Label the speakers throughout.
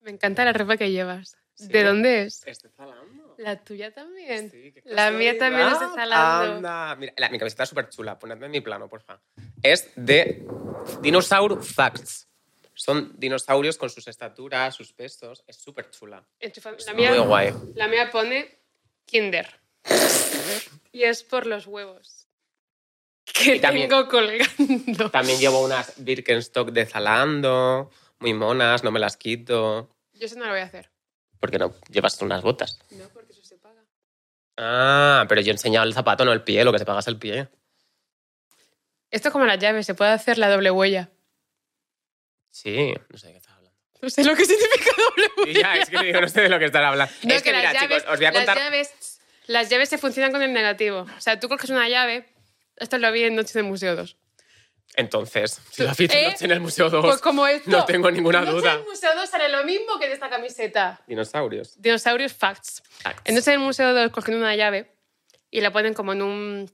Speaker 1: Me encanta la ropa que llevas.
Speaker 2: Sí.
Speaker 1: ¿De dónde es?
Speaker 2: Es de Zalando.
Speaker 1: La tuya también.
Speaker 2: Sí, qué
Speaker 1: La mía también es de
Speaker 2: casualidad. Ah,
Speaker 1: Zalando.
Speaker 2: Anda, mira, la- mi camiseta es súper chula. Ponedme en mi plano, porfa. Es de Dinosaur Facts. Son dinosaurios con sus estaturas, sus pesos. Es súper chula.
Speaker 1: Enchufa-
Speaker 2: Es
Speaker 1: La mía,
Speaker 2: Muy guay.
Speaker 1: la mía pone Kinder. Y es por los huevos. Que
Speaker 2: Y también-
Speaker 1: tengo colgando.
Speaker 2: También llevo unas Birkenstock de Zalando. Muy monas, no me las quito.
Speaker 1: Yo eso no lo voy a hacer.
Speaker 2: Porque no llevas unas botas.
Speaker 1: No, porque eso se paga.
Speaker 2: Ah, pero yo he enseñado el zapato, no el pie. Lo que se paga es el pie.
Speaker 1: Esto es como las llaves, se puede hacer la doble huella.
Speaker 2: Sí, no sé de qué estás hablando.
Speaker 1: No sé lo que significa doble
Speaker 2: Y
Speaker 1: huella.
Speaker 2: ya, es que digo, no sé de lo que están hablando.
Speaker 1: No,
Speaker 2: es que,
Speaker 1: las
Speaker 2: mira,
Speaker 1: llaves-
Speaker 2: chicos, os voy a contar.
Speaker 1: Las llaves, las llaves se funcionan con el negativo. O sea, tú coges una llave. Esto lo vi en Noche de Museo 2.
Speaker 2: Entonces, si
Speaker 1: Tú-
Speaker 2: la fiesta
Speaker 1: ¿Eh?
Speaker 2: noche en el Museo 2,
Speaker 1: Pues como esto.
Speaker 2: no tengo ninguna
Speaker 1: Noche
Speaker 2: duda.
Speaker 1: del Museo 2 sale lo mismo que de esta camiseta.
Speaker 2: Dinosaurios.
Speaker 1: Dinosaurios Facts.
Speaker 2: Facts.
Speaker 1: Entonces en el Museo 2 cogen una llave y la ponen como en un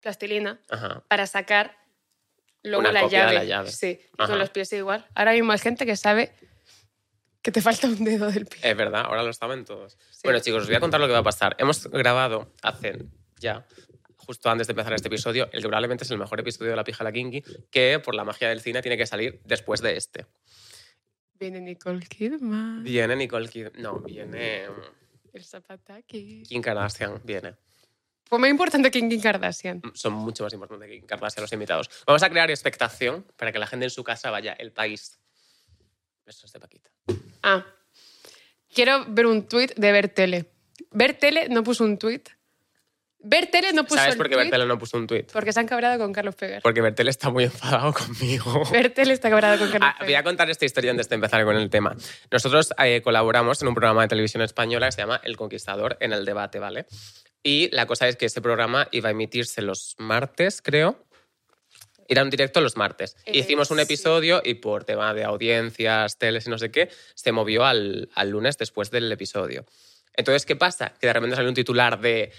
Speaker 1: plastilina
Speaker 2: Ajá.
Speaker 1: para sacar luego
Speaker 2: Una
Speaker 1: la,
Speaker 2: copia de
Speaker 1: llave.
Speaker 2: la llave.
Speaker 1: Sí, y
Speaker 2: Ajá.
Speaker 1: con los pies igual. Ahora mismo hay gente que sabe que te falta un dedo del pie.
Speaker 2: Es verdad, ahora lo saben todos.
Speaker 1: Sí.
Speaker 2: Bueno, chicos, os voy a contar lo que va a pasar. Hemos grabado hace ya, justo antes de empezar este episodio, el que probablemente es el mejor episodio de La Pija la Kinky, que por la magia del cine tiene que salir después de este.
Speaker 1: Viene Nicole Kidman,
Speaker 2: Viene Nicole Kid... No, viene... mm,
Speaker 1: el Zapataki.
Speaker 2: Kim Kardashian, viene. Mm,
Speaker 1: Pues más importante que Kim Kardashian.
Speaker 2: Son mucho más importantes que Kim Kardashian los invitados. Vamos a crear expectación para que la gente en su casa vaya, el país. Eso es de Paquita.
Speaker 1: Ah, quiero ver un tuit de Ver Tele. Ver Tele no puso un tuit. Ver Tele no puso
Speaker 2: ¿Sabes
Speaker 1: el
Speaker 2: por qué
Speaker 1: tuit
Speaker 2: Bertelo no puso un tuit?
Speaker 1: porque se han cabrado con Carlos Peguer.
Speaker 2: Porque Bertel está muy enfadado conmigo.
Speaker 1: Ver Tele está cabrado con Carlos
Speaker 2: Ah, voy
Speaker 1: Peguer.
Speaker 2: a contar esta historia antes de empezar con el tema. Nosotros eh, colaboramos en un programa de televisión española que se llama El Conquistador en el debate, ¿vale? Y la cosa es que ese programa iba a emitirse los martes, creo. Era un directo los martes.
Speaker 1: Eh,
Speaker 2: Hicimos un
Speaker 1: sí.
Speaker 2: episodio y por tema de audiencias, teles y no sé qué, se movió al, al lunes después del episodio. Entonces, ¿qué pasa? Que de repente salió un titular de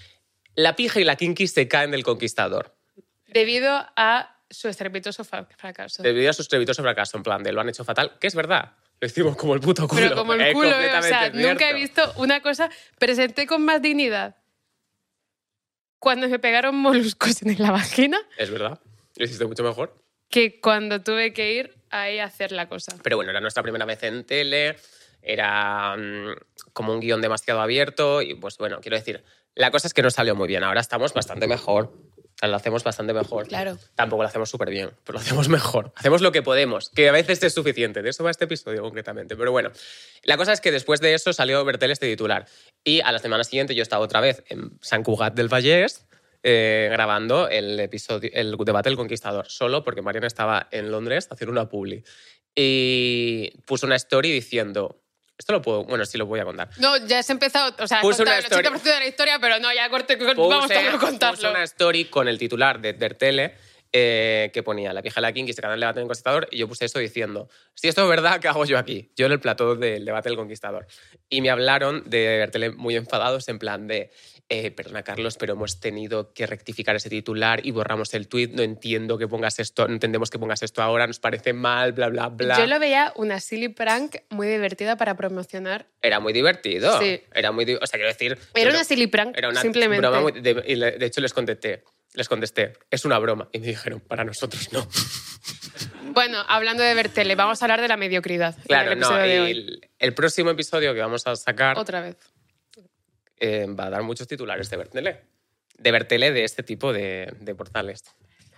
Speaker 2: La pija y la kinky se caen del conquistador.
Speaker 1: Debido a su estrepitoso fa- fracaso.
Speaker 2: Debido a sus estrepitoso fracaso, en plan de lo han hecho fatal, que es verdad. Lo hicimos como el puto culo.
Speaker 1: Pero como el
Speaker 2: es
Speaker 1: culo, ¿eh? o sea,
Speaker 2: completamente
Speaker 1: nunca he
Speaker 2: cierto.
Speaker 1: visto una cosa. Presenté con más dignidad cuando me pegaron moluscos en la vagina
Speaker 2: Es verdad. Lo hiciste mucho mejor.
Speaker 1: que cuando tuve que ir ahí a hacer la cosa.
Speaker 2: Pero bueno, era nuestra primera vez en tele, era mm, como un guión demasiado abierto y pues bueno, quiero decir, la cosa es que no salió muy bien. Ahora estamos bastante mejor. O sea, Lo hacemos bastante mejor.
Speaker 1: Claro.
Speaker 2: Tampoco lo hacemos súper bien, pero lo hacemos mejor. Hacemos lo que podemos, que a veces es suficiente. De eso va este episodio concretamente. Pero bueno, la cosa es que después de eso salió Bertel este titular. Y a la semana siguiente yo estaba otra vez en San Cugat del Vallés eh, grabando el episodio, el debate del Conquistador, solo porque Mariana estaba en Londres haciendo una publi. Y puso una story diciendo... Esto lo puedo... Bueno, sí lo voy a contar.
Speaker 1: No, ya has empezado, o sea, has
Speaker 2: Puse
Speaker 1: contado
Speaker 2: una
Speaker 1: el 80% de la historia, pero no, ya corte, vamos
Speaker 2: Puse-
Speaker 1: a
Speaker 2: puse
Speaker 1: contarlo.
Speaker 2: una story con el titular de Dertele eh, que ponía la vieja este de la Kinky se quedó en el debate del conquistador y yo puse eso diciendo si esto es verdad, ¿qué hago yo aquí? Yo en el plató del debate del conquistador. Y me hablaron de Dertele muy enfadados en plan de eh, perdona Carlos, pero hemos tenido que rectificar ese titular y borramos el tweet no entiendo que pongas esto, no entendemos que pongas esto ahora, nos parece mal, bla, bla, bla.
Speaker 1: Yo lo veía una silly prank muy divertida para promocionar.
Speaker 2: Era muy divertido.
Speaker 1: Sí.
Speaker 2: Era muy... di- O sea, quiero decir...
Speaker 1: Era
Speaker 2: yo
Speaker 1: una
Speaker 2: no-
Speaker 1: silly prank,
Speaker 2: Era una
Speaker 1: simplemente.
Speaker 2: broma. muy- de, y le- de hecho, les contesté, les contesté, es una broma. Y me dijeron, para nosotros no.
Speaker 1: Bueno, hablando de ver tele, vamos a hablar de la mediocridad. en
Speaker 2: Claro,
Speaker 1: el
Speaker 2: no.
Speaker 1: episodio
Speaker 2: y
Speaker 1: de hoy.
Speaker 2: el, el próximo episodio que vamos a sacar
Speaker 1: Otra vez.
Speaker 2: eh, va a dar muchos titulares de Bertele. De Bertele de este tipo de, de portales.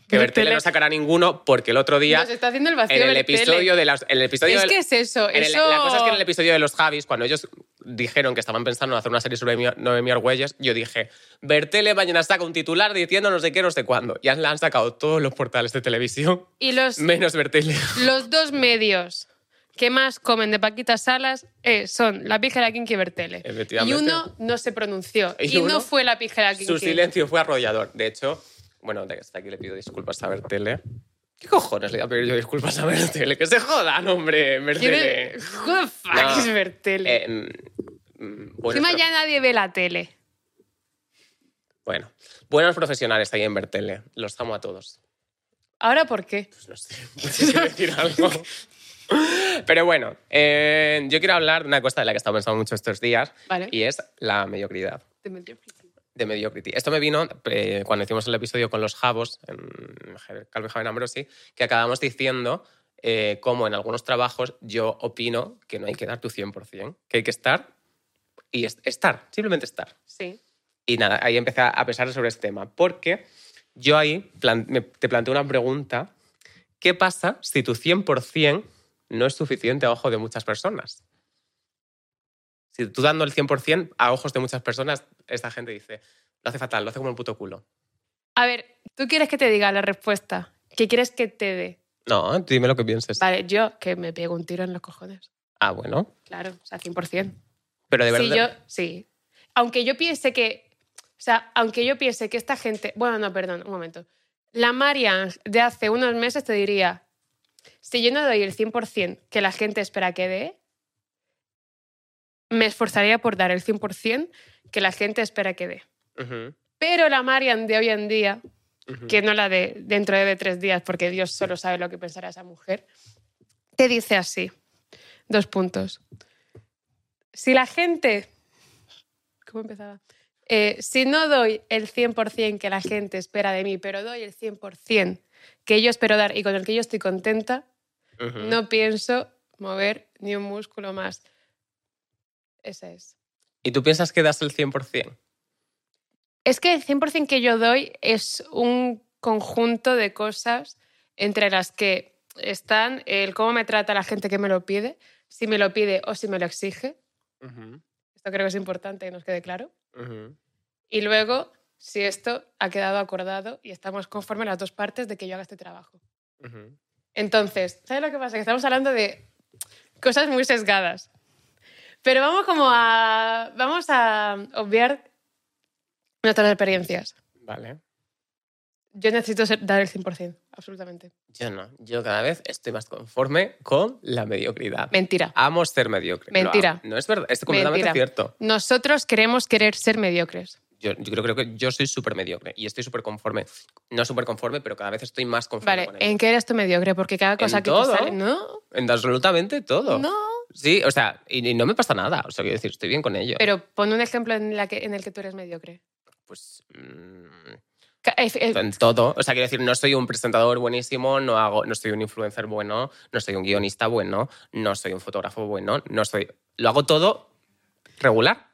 Speaker 2: Que Bertele,
Speaker 1: Bertele-
Speaker 2: no sacará ninguno porque el otro día,
Speaker 1: Nos está haciendo el vacío
Speaker 2: en el
Speaker 1: ver tele.
Speaker 2: episodio de las... en el episodio
Speaker 1: Es
Speaker 2: del-
Speaker 1: que es eso,
Speaker 2: en el-
Speaker 1: eso...
Speaker 2: la cosa es que en el episodio de los Javis, cuando ellos dijeron que estaban pensando en hacer una serie sobre Noemi- Noemi Argüelles, yo dije, Bertele mañana saca un titular diciendo no sé qué, no sé cuándo. Ya la han sacado todos los portales de televisión,
Speaker 1: Y los,
Speaker 2: menos Bertele.
Speaker 1: los dos medios que más comen de Paquita Salas eh, son La Pija de la Kinky y Bertele. Y
Speaker 2: Efectivamente.
Speaker 1: uno no se pronunció.
Speaker 2: Y
Speaker 1: Y,
Speaker 2: uno-
Speaker 1: no fue La Pija de la Kinky.
Speaker 2: Su silencio fue arrollador. De hecho, bueno, desde aquí le pido disculpas a Bertele. ¿Qué cojones le voy a pedir yo disculpas a Bertele? Que se jodan, hombre, Bertele.
Speaker 1: ¿Quiere... Who the fuck
Speaker 2: No.
Speaker 1: is Bertele?
Speaker 2: Eh, mm, mm, buenos
Speaker 1: Encima
Speaker 2: pro-
Speaker 1: ya nadie ve la tele.
Speaker 2: Bueno, buenos profesionales ahí en Bertele. Los amo a todos.
Speaker 1: ¿Ahora por qué?
Speaker 2: Pues no sé, quiero decir algo. Pero bueno, eh, yo quiero hablar de una cosa de la que he estado pensando mucho estos días
Speaker 1: Vale.
Speaker 2: y es la mediocridad
Speaker 1: Te metí el principio.
Speaker 2: de Mediocrity. Esto me vino eh, cuando hicimos el episodio con los Javos, en Javier- Calvo y Javier Ambrosi, que acabamos diciendo eh, cómo en algunos trabajos yo opino que no hay que dar tu 100%, que hay que estar y es- estar, simplemente estar.
Speaker 1: Sí.
Speaker 2: Y nada, ahí empecé a pensar sobre este tema, porque yo ahí plan- me- te planteo una pregunta, ¿qué pasa si tu 100% no es suficiente a ojos de muchas personas? Si tú dando el 100% a ojos de muchas personas, esta gente dice, lo hace fatal, lo hace como el puto culo.
Speaker 1: A ver, ¿tú quieres que te diga la respuesta? ¿Qué quieres que te dé?
Speaker 2: No, tú dime lo que pienses.
Speaker 1: Vale, yo que me pego un tiro en los cojones.
Speaker 2: Ah, bueno.
Speaker 1: Claro, o sea, 100%.
Speaker 2: Pero de
Speaker 1: Sí,
Speaker 2: verdad...
Speaker 1: yo, sí. Aunque yo piense que. O sea, aunque yo piense que esta gente. Bueno, no, perdón, un momento. La Marian de hace unos meses te diría: si yo no doy el 100% que la gente espera que dé, me esforzaría por dar el 100% que la gente espera que dé.
Speaker 2: Ujú,
Speaker 1: Pero la Marian de hoy en día,
Speaker 2: ujú.
Speaker 1: que no la de dentro de tres días, porque Dios solo sabe lo que pensará esa mujer, te dice así, dos puntos. Si la gente... ¿Cómo empezaba? Eh, si no doy el 100% que la gente espera de mí, pero doy el 100% que yo espero dar y con el que yo estoy contenta,
Speaker 2: Ujú.
Speaker 1: no pienso mover ni un músculo más. Esa es.
Speaker 2: ¿Y tú piensas que das el 100%?
Speaker 1: Es que el 100% que yo doy es un conjunto de cosas entre las que están el cómo me trata la gente que me lo pide, si me lo pide o si me lo exige.
Speaker 2: Ujú,
Speaker 1: Esto creo que es importante que nos quede claro.
Speaker 2: ujú.
Speaker 1: Y luego, si esto ha quedado acordado y estamos conformes las dos partes de que yo haga este trabajo.
Speaker 2: Ujú.
Speaker 1: Entonces, ¿sabes lo que pasa? Que estamos hablando de cosas muy sesgadas. Pero vamos como a... Vamos a obviar nuestras experiencias.
Speaker 2: Vale.
Speaker 1: Yo necesito ser- dar el 100%, absolutamente.
Speaker 2: Yo no. Yo cada vez estoy más conforme con la mediocridad.
Speaker 1: Mentira.
Speaker 2: Amo ser mediocre. lo
Speaker 1: Mentira.
Speaker 2: amo. No es verdad, es completamente
Speaker 1: Mentira.
Speaker 2: cierto.
Speaker 1: Nosotros queremos querer ser mediocres.
Speaker 2: Yo, yo creo, creo que yo soy súper mediocre y estoy súper conforme. No súper conforme, pero cada vez estoy más conforme
Speaker 1: Vale,
Speaker 2: con ello.
Speaker 1: ¿en qué eres tú mediocre? Porque cada cosa
Speaker 2: ¿En
Speaker 1: que
Speaker 2: todo?
Speaker 1: te sale... No,
Speaker 2: En absolutamente todo.
Speaker 1: no.
Speaker 2: Sí, o sea, y, y no me pasa nada. O sea, quiero decir, estoy bien con ello.
Speaker 1: Pero pon un ejemplo en, la que, en el que tú eres mediocre.
Speaker 2: Pues. mm,
Speaker 1: Ca- eh, eh,
Speaker 2: en todo. O sea, quiero decir, no soy un presentador buenísimo, no, hago, no soy un influencer bueno, no soy un guionista bueno, no soy un fotógrafo bueno, no soy. Lo hago todo regular.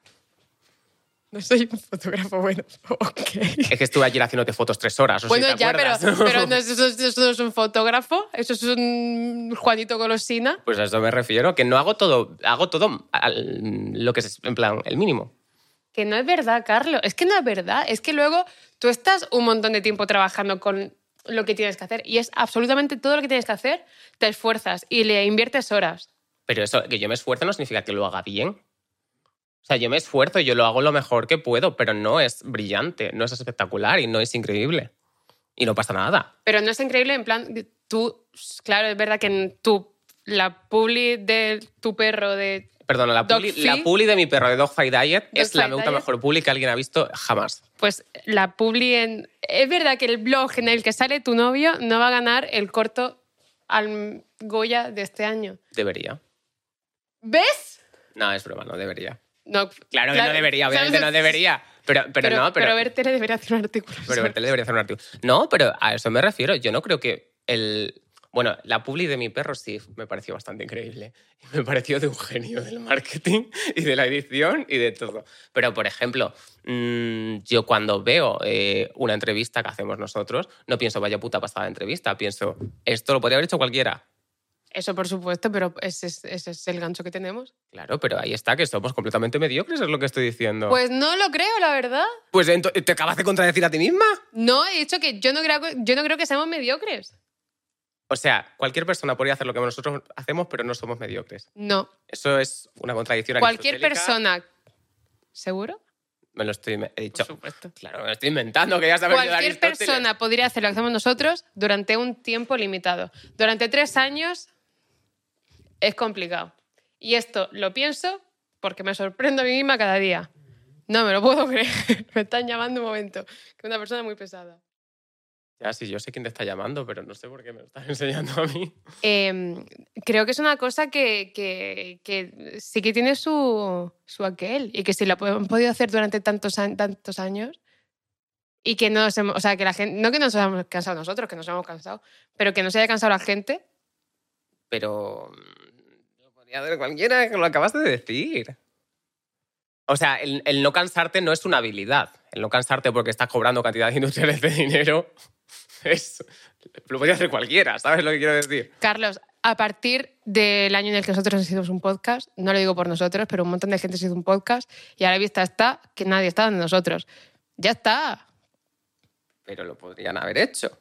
Speaker 1: No soy un fotógrafo bueno. Ok.
Speaker 2: Es que estuve ayer haciéndote fotos tres horas. o si
Speaker 1: Bueno,
Speaker 2: te
Speaker 1: ya, pero,
Speaker 2: acuerdas.
Speaker 1: pero no, eso, eso- eso no es un fotógrafo, eso es un Juanito Golosina.
Speaker 2: Pues a eso me refiero, que no hago todo, hago todo al- lo que es, en plan, el mínimo.
Speaker 1: Que no es verdad, Carlos. Es que no es verdad. Es que luego tú estás un montón de tiempo trabajando con lo que tienes que hacer y es absolutamente todo lo que tienes que hacer. Te esfuerzas y le inviertes horas.
Speaker 2: Pero eso, que yo me esfuerzo no significa que lo haga bien. O sea, yo me esfuerzo, yo lo hago lo mejor que puedo, pero no es brillante, no es espectacular y no es increíble. Y no pasa nada.
Speaker 1: Pero no es increíble en plan, tú, claro, es verdad que en tu, la publi de tu perro de...
Speaker 2: Perdona, la
Speaker 1: Dog
Speaker 2: puli,
Speaker 1: Fee.
Speaker 2: la puli de mi perro de Dogfight Diet es
Speaker 1: Dogfight
Speaker 2: la me gusta
Speaker 1: Diet.
Speaker 2: mejor puli que alguien ha visto jamás.
Speaker 1: Pues la publi en... Es verdad que el blog en el que sale tu novio no va a ganar el corto al Goya de este año.
Speaker 2: Debería.
Speaker 1: ¿Ves?
Speaker 2: No, es broma, no debería.
Speaker 1: No,
Speaker 2: Claro que no debería, obviamente
Speaker 1: ¿sabes?
Speaker 2: no debería. Pero, pero, no, pero...
Speaker 1: Pero Bertele debería hacer un artículo.
Speaker 2: Pero
Speaker 1: sobre-
Speaker 2: Bertele debería hacer un artículo. No, pero a eso me refiero. Yo no creo que el... Bueno, la publi de mi perro sí me pareció bastante increíble. Me pareció de un genio del marketing y de la edición y de todo. Pero, por ejemplo, mm, yo cuando veo eh, una entrevista que hacemos nosotros, no pienso, vaya puta pasada de entrevista. Pienso, esto lo podría haber hecho cualquiera.
Speaker 1: Eso por supuesto, pero ese es, ese es el gancho que tenemos.
Speaker 2: Claro, pero ahí está, que somos completamente mediocres, es lo que estoy diciendo.
Speaker 1: Pues no lo creo, la verdad.
Speaker 2: Pues ento- te acabas de contradecir a ti misma.
Speaker 1: No, he dicho que yo no creo, yo no creo que seamos mediocres.
Speaker 2: O sea, cualquier persona podría hacer lo que nosotros hacemos, pero no somos mediocres.
Speaker 1: No.
Speaker 2: Eso es una contradicción.
Speaker 1: Cualquier
Speaker 2: aristotélica.
Speaker 1: persona. ¿Seguro?
Speaker 2: Me lo estoy. He dicho.
Speaker 1: supuesto.
Speaker 2: Claro, me lo estoy inventando, que ya sabes yo de
Speaker 1: Cualquier
Speaker 2: Aristóteles.
Speaker 1: persona podría hacer lo que hacemos nosotros durante un tiempo limitado. Durante tres años es complicado. Y esto lo pienso porque me sorprendo a mí misma cada día. No me lo puedo creer. Me están llamando un momento. Que una persona muy pesada.
Speaker 2: Ya, sí, yo sé quién te está llamando, pero no sé por qué me lo estás enseñando a mí.
Speaker 1: Eh, creo que es una cosa que, que- que sí que tiene su, su aquel y que si lo po- han podido hacer durante tantos, an- tantos años y que no nos hemos- o sea, que la gente, no que nos hayamos cansado nosotros, que nos hemos cansado, pero que no se haya cansado la gente,
Speaker 2: Pero. mm, Lo podría hacer cualquiera, que lo acabaste de decir. O sea, el, el no cansarte no es una habilidad. El no cansarte porque estás cobrando cantidades industriales de dinero es. Lo podría hacer cualquiera, ¿sabes lo que quiero decir?
Speaker 1: Carlos, a partir del año en el que nosotros hicimos un podcast, no lo digo por nosotros, pero un montón de gente se hizo un podcast y a la vista está que nadie está donde nosotros. Ya está.
Speaker 2: Pero lo podrían haber hecho.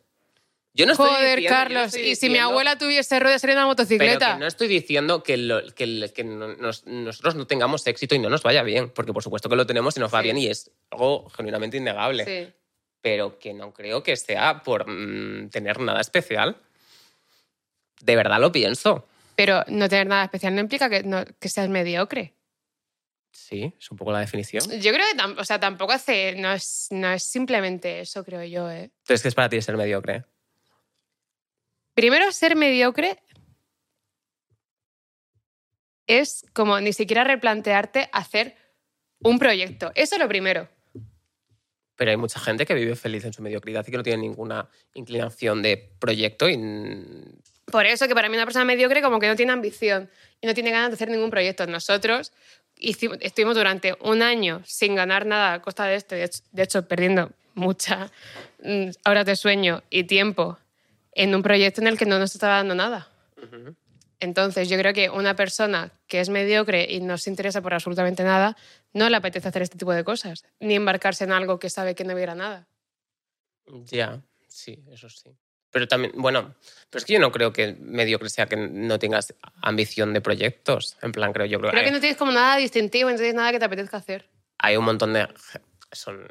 Speaker 2: Yo no estoy
Speaker 1: Joder,
Speaker 2: diciendo- yo no
Speaker 1: Carlos.
Speaker 2: estoy
Speaker 1: Y si mi
Speaker 2: diciendo-
Speaker 1: abuela tuviese ruedas sería una
Speaker 2: Pero
Speaker 1: motocicleta.
Speaker 2: que no estoy diciendo que, lo- que el- que no- nos- nosotros no tengamos éxito y no nos vaya bien, porque por supuesto que lo tenemos y nos va
Speaker 1: Sí.
Speaker 2: bien y es algo genuinamente innegable, pero que no creo que sea por mm, tener nada especial. De verdad lo pienso.
Speaker 1: Sí. Pero no tener nada especial no implica que, no- que seas mediocre.
Speaker 2: Sí, es un poco la definición.
Speaker 1: Yo creo que tam- o sea, tampoco hace. No es, no es simplemente eso, creo yo. ¿eh?
Speaker 2: Entonces, ¿qué es para ti ser mediocre?
Speaker 1: Primero, ser mediocre es como ni siquiera replantearte hacer un proyecto. Eso es lo primero.
Speaker 2: Pero hay mucha gente que vive feliz en su mediocridad y que no tiene ninguna inclinación de proyecto y mm,
Speaker 1: Por eso que para mí una persona mediocre como que no tiene ambición y no tiene ganas de hacer ningún proyecto. Nosotros hicimos- estuvimos durante un año sin ganar nada a costa de esto, de hecho, de hecho, perdiendo muchas mm, horas de sueño y tiempo en un proyecto en el que no nos estaba dando nada. Entonces yo creo que una persona que es mediocre y no se interesa por absolutamente nada, no le apetece hacer este tipo de cosas, ni embarcarse en algo que sabe que no hubiera nada.
Speaker 2: Ya, sí, eso sí. Pero también, bueno, pero es que yo no creo que mediocre sea que no tengas ambición de proyectos. En plan, creo yo creo,
Speaker 1: Creo
Speaker 2: hay,
Speaker 1: que no tienes como nada distintivo, no tienes nada que te apetezca hacer.
Speaker 2: hay un montón de son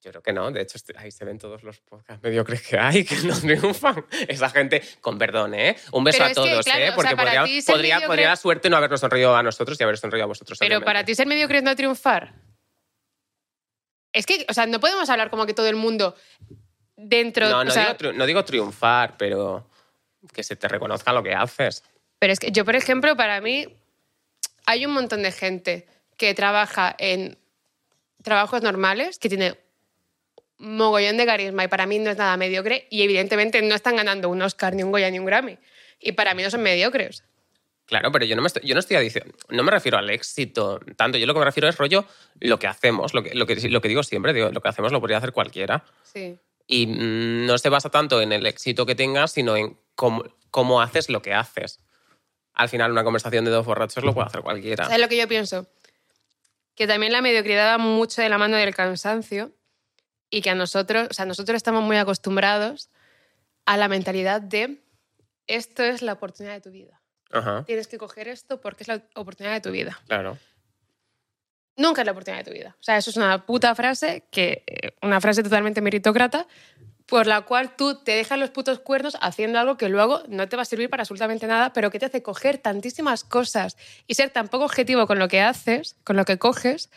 Speaker 2: yo creo que no, de hecho este- ahí se ven todos los podcasts mediocres que hay que no triunfan. Esa gente, con perdón, ¿eh? Un beso
Speaker 1: Pero
Speaker 2: a
Speaker 1: es que,
Speaker 2: todos,
Speaker 1: claro, o
Speaker 2: ¿eh?
Speaker 1: sea,
Speaker 2: Porque
Speaker 1: para
Speaker 2: podría,
Speaker 1: ti ser
Speaker 2: podría,
Speaker 1: mediocre-
Speaker 2: podría la suerte no habernos sonreído a nosotros y haber sonreído a vosotros. ¿eh?
Speaker 1: Pero para
Speaker 2: obviamente.
Speaker 1: ti ser mediocre es no triunfar. Es que, o sea, no podemos hablar como que todo el mundo dentro.
Speaker 2: No,
Speaker 1: o
Speaker 2: no,
Speaker 1: sea,
Speaker 2: digo, tri- no digo triunfar, pero que se te reconozca lo que haces.
Speaker 1: Pero es que yo, por ejemplo, para mí hay un montón de gente que trabaja en trabajos normales, que tiene un mogollón de carisma y para mí no es nada mediocre y evidentemente no están ganando un Oscar, ni un Goya, ni un Grammy. Y para mí no son mediocres.
Speaker 2: Claro, pero yo no me estoy, yo no estoy diciendo, no me refiero al éxito tanto, yo lo que me refiero es rollo lo que hacemos, lo que, lo que, lo que digo siempre, digo, lo que hacemos lo podría hacer cualquiera.
Speaker 1: Sí.
Speaker 2: Y mm, no se basa tanto en el éxito que tengas, sino en cómo, cómo haces lo que haces. Al final, una conversación de dos borrachos lo puede hacer cualquiera.
Speaker 1: ¿Sabes lo que yo pienso? Que también la mediocridad va mucho de la mano del cansancio y que a nosotros, o sea, nosotros estamos muy acostumbrados a la mentalidad de esto es la oportunidad de tu vida.
Speaker 2: Ajá,
Speaker 1: Tienes que coger esto porque es la oportunidad de tu vida.
Speaker 2: claro.
Speaker 1: Nunca es la oportunidad de tu vida. O sea, eso es una puta frase que eh, una frase totalmente meritócrata por la cual tú te dejas los putos cuernos haciendo algo que luego no te va a servir para absolutamente nada, pero que te hace coger tantísimas cosas y ser tan poco objetivo con lo que haces, con lo que coges,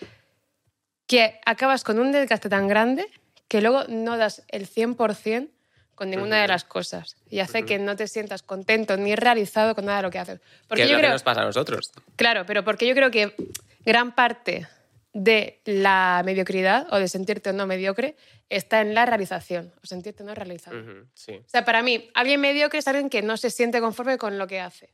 Speaker 1: que acabas con un desgaste tan grande que luego no das el 100% con ninguna de
Speaker 2: Ujú.
Speaker 1: las cosas y hace
Speaker 2: Ujú.
Speaker 1: que no te sientas contento ni realizado con nada de lo que haces.
Speaker 2: Que
Speaker 1: Porque
Speaker 2: es
Speaker 1: yo
Speaker 2: lo que
Speaker 1: creo
Speaker 2: nos pasa a nosotros.
Speaker 1: Claro, pero porque yo creo que gran parte de la mediocridad o de sentirte o no mediocre está en la realización o sentirte no realizado.
Speaker 2: Ujú, sí.
Speaker 1: O sea, para mí, alguien mediocre es alguien que no se siente conforme con lo que hace.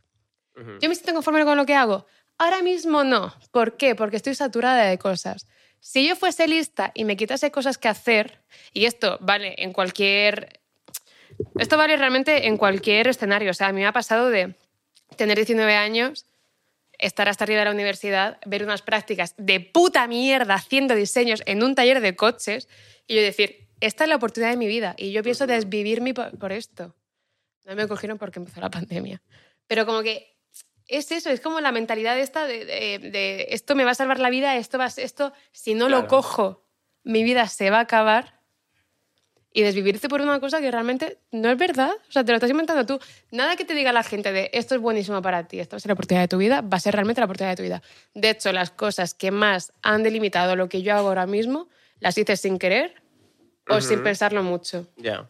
Speaker 2: ujú.
Speaker 1: ¿Yo me siento conforme con lo que hago? Ahora mismo no. ¿Por qué? Porque estoy saturada de cosas. Si yo fuese lista y me quitase cosas que hacer, y esto vale en cualquier... Esto vale realmente en cualquier escenario. O sea, a mí me ha pasado de tener 19 años, estar hasta arriba de la universidad, ver unas prácticas de puta mierda haciendo diseños en un taller de coches y yo decir, esta es la oportunidad de mi vida y yo pienso desvivirme por por esto. No me cogieron porque empezó la pandemia. Pero como que es eso, es como la mentalidad esta de, de- de esto me va a salvar la vida, esto, va, a ser- esto si no lo
Speaker 2: Claro.
Speaker 1: cojo, mi vida se va a acabar. Y desvivirte por una cosa que realmente no es verdad. O sea, te lo estás inventando tú. Nada que te diga la gente de esto es buenísimo para ti, esta va a ser la oportunidad de tu vida, va a ser realmente la oportunidad de tu vida. De hecho, las cosas que más han delimitado lo que yo hago ahora mismo, las hice sin querer o sin
Speaker 2: Ujú.
Speaker 1: pensarlo mucho.
Speaker 2: Ya.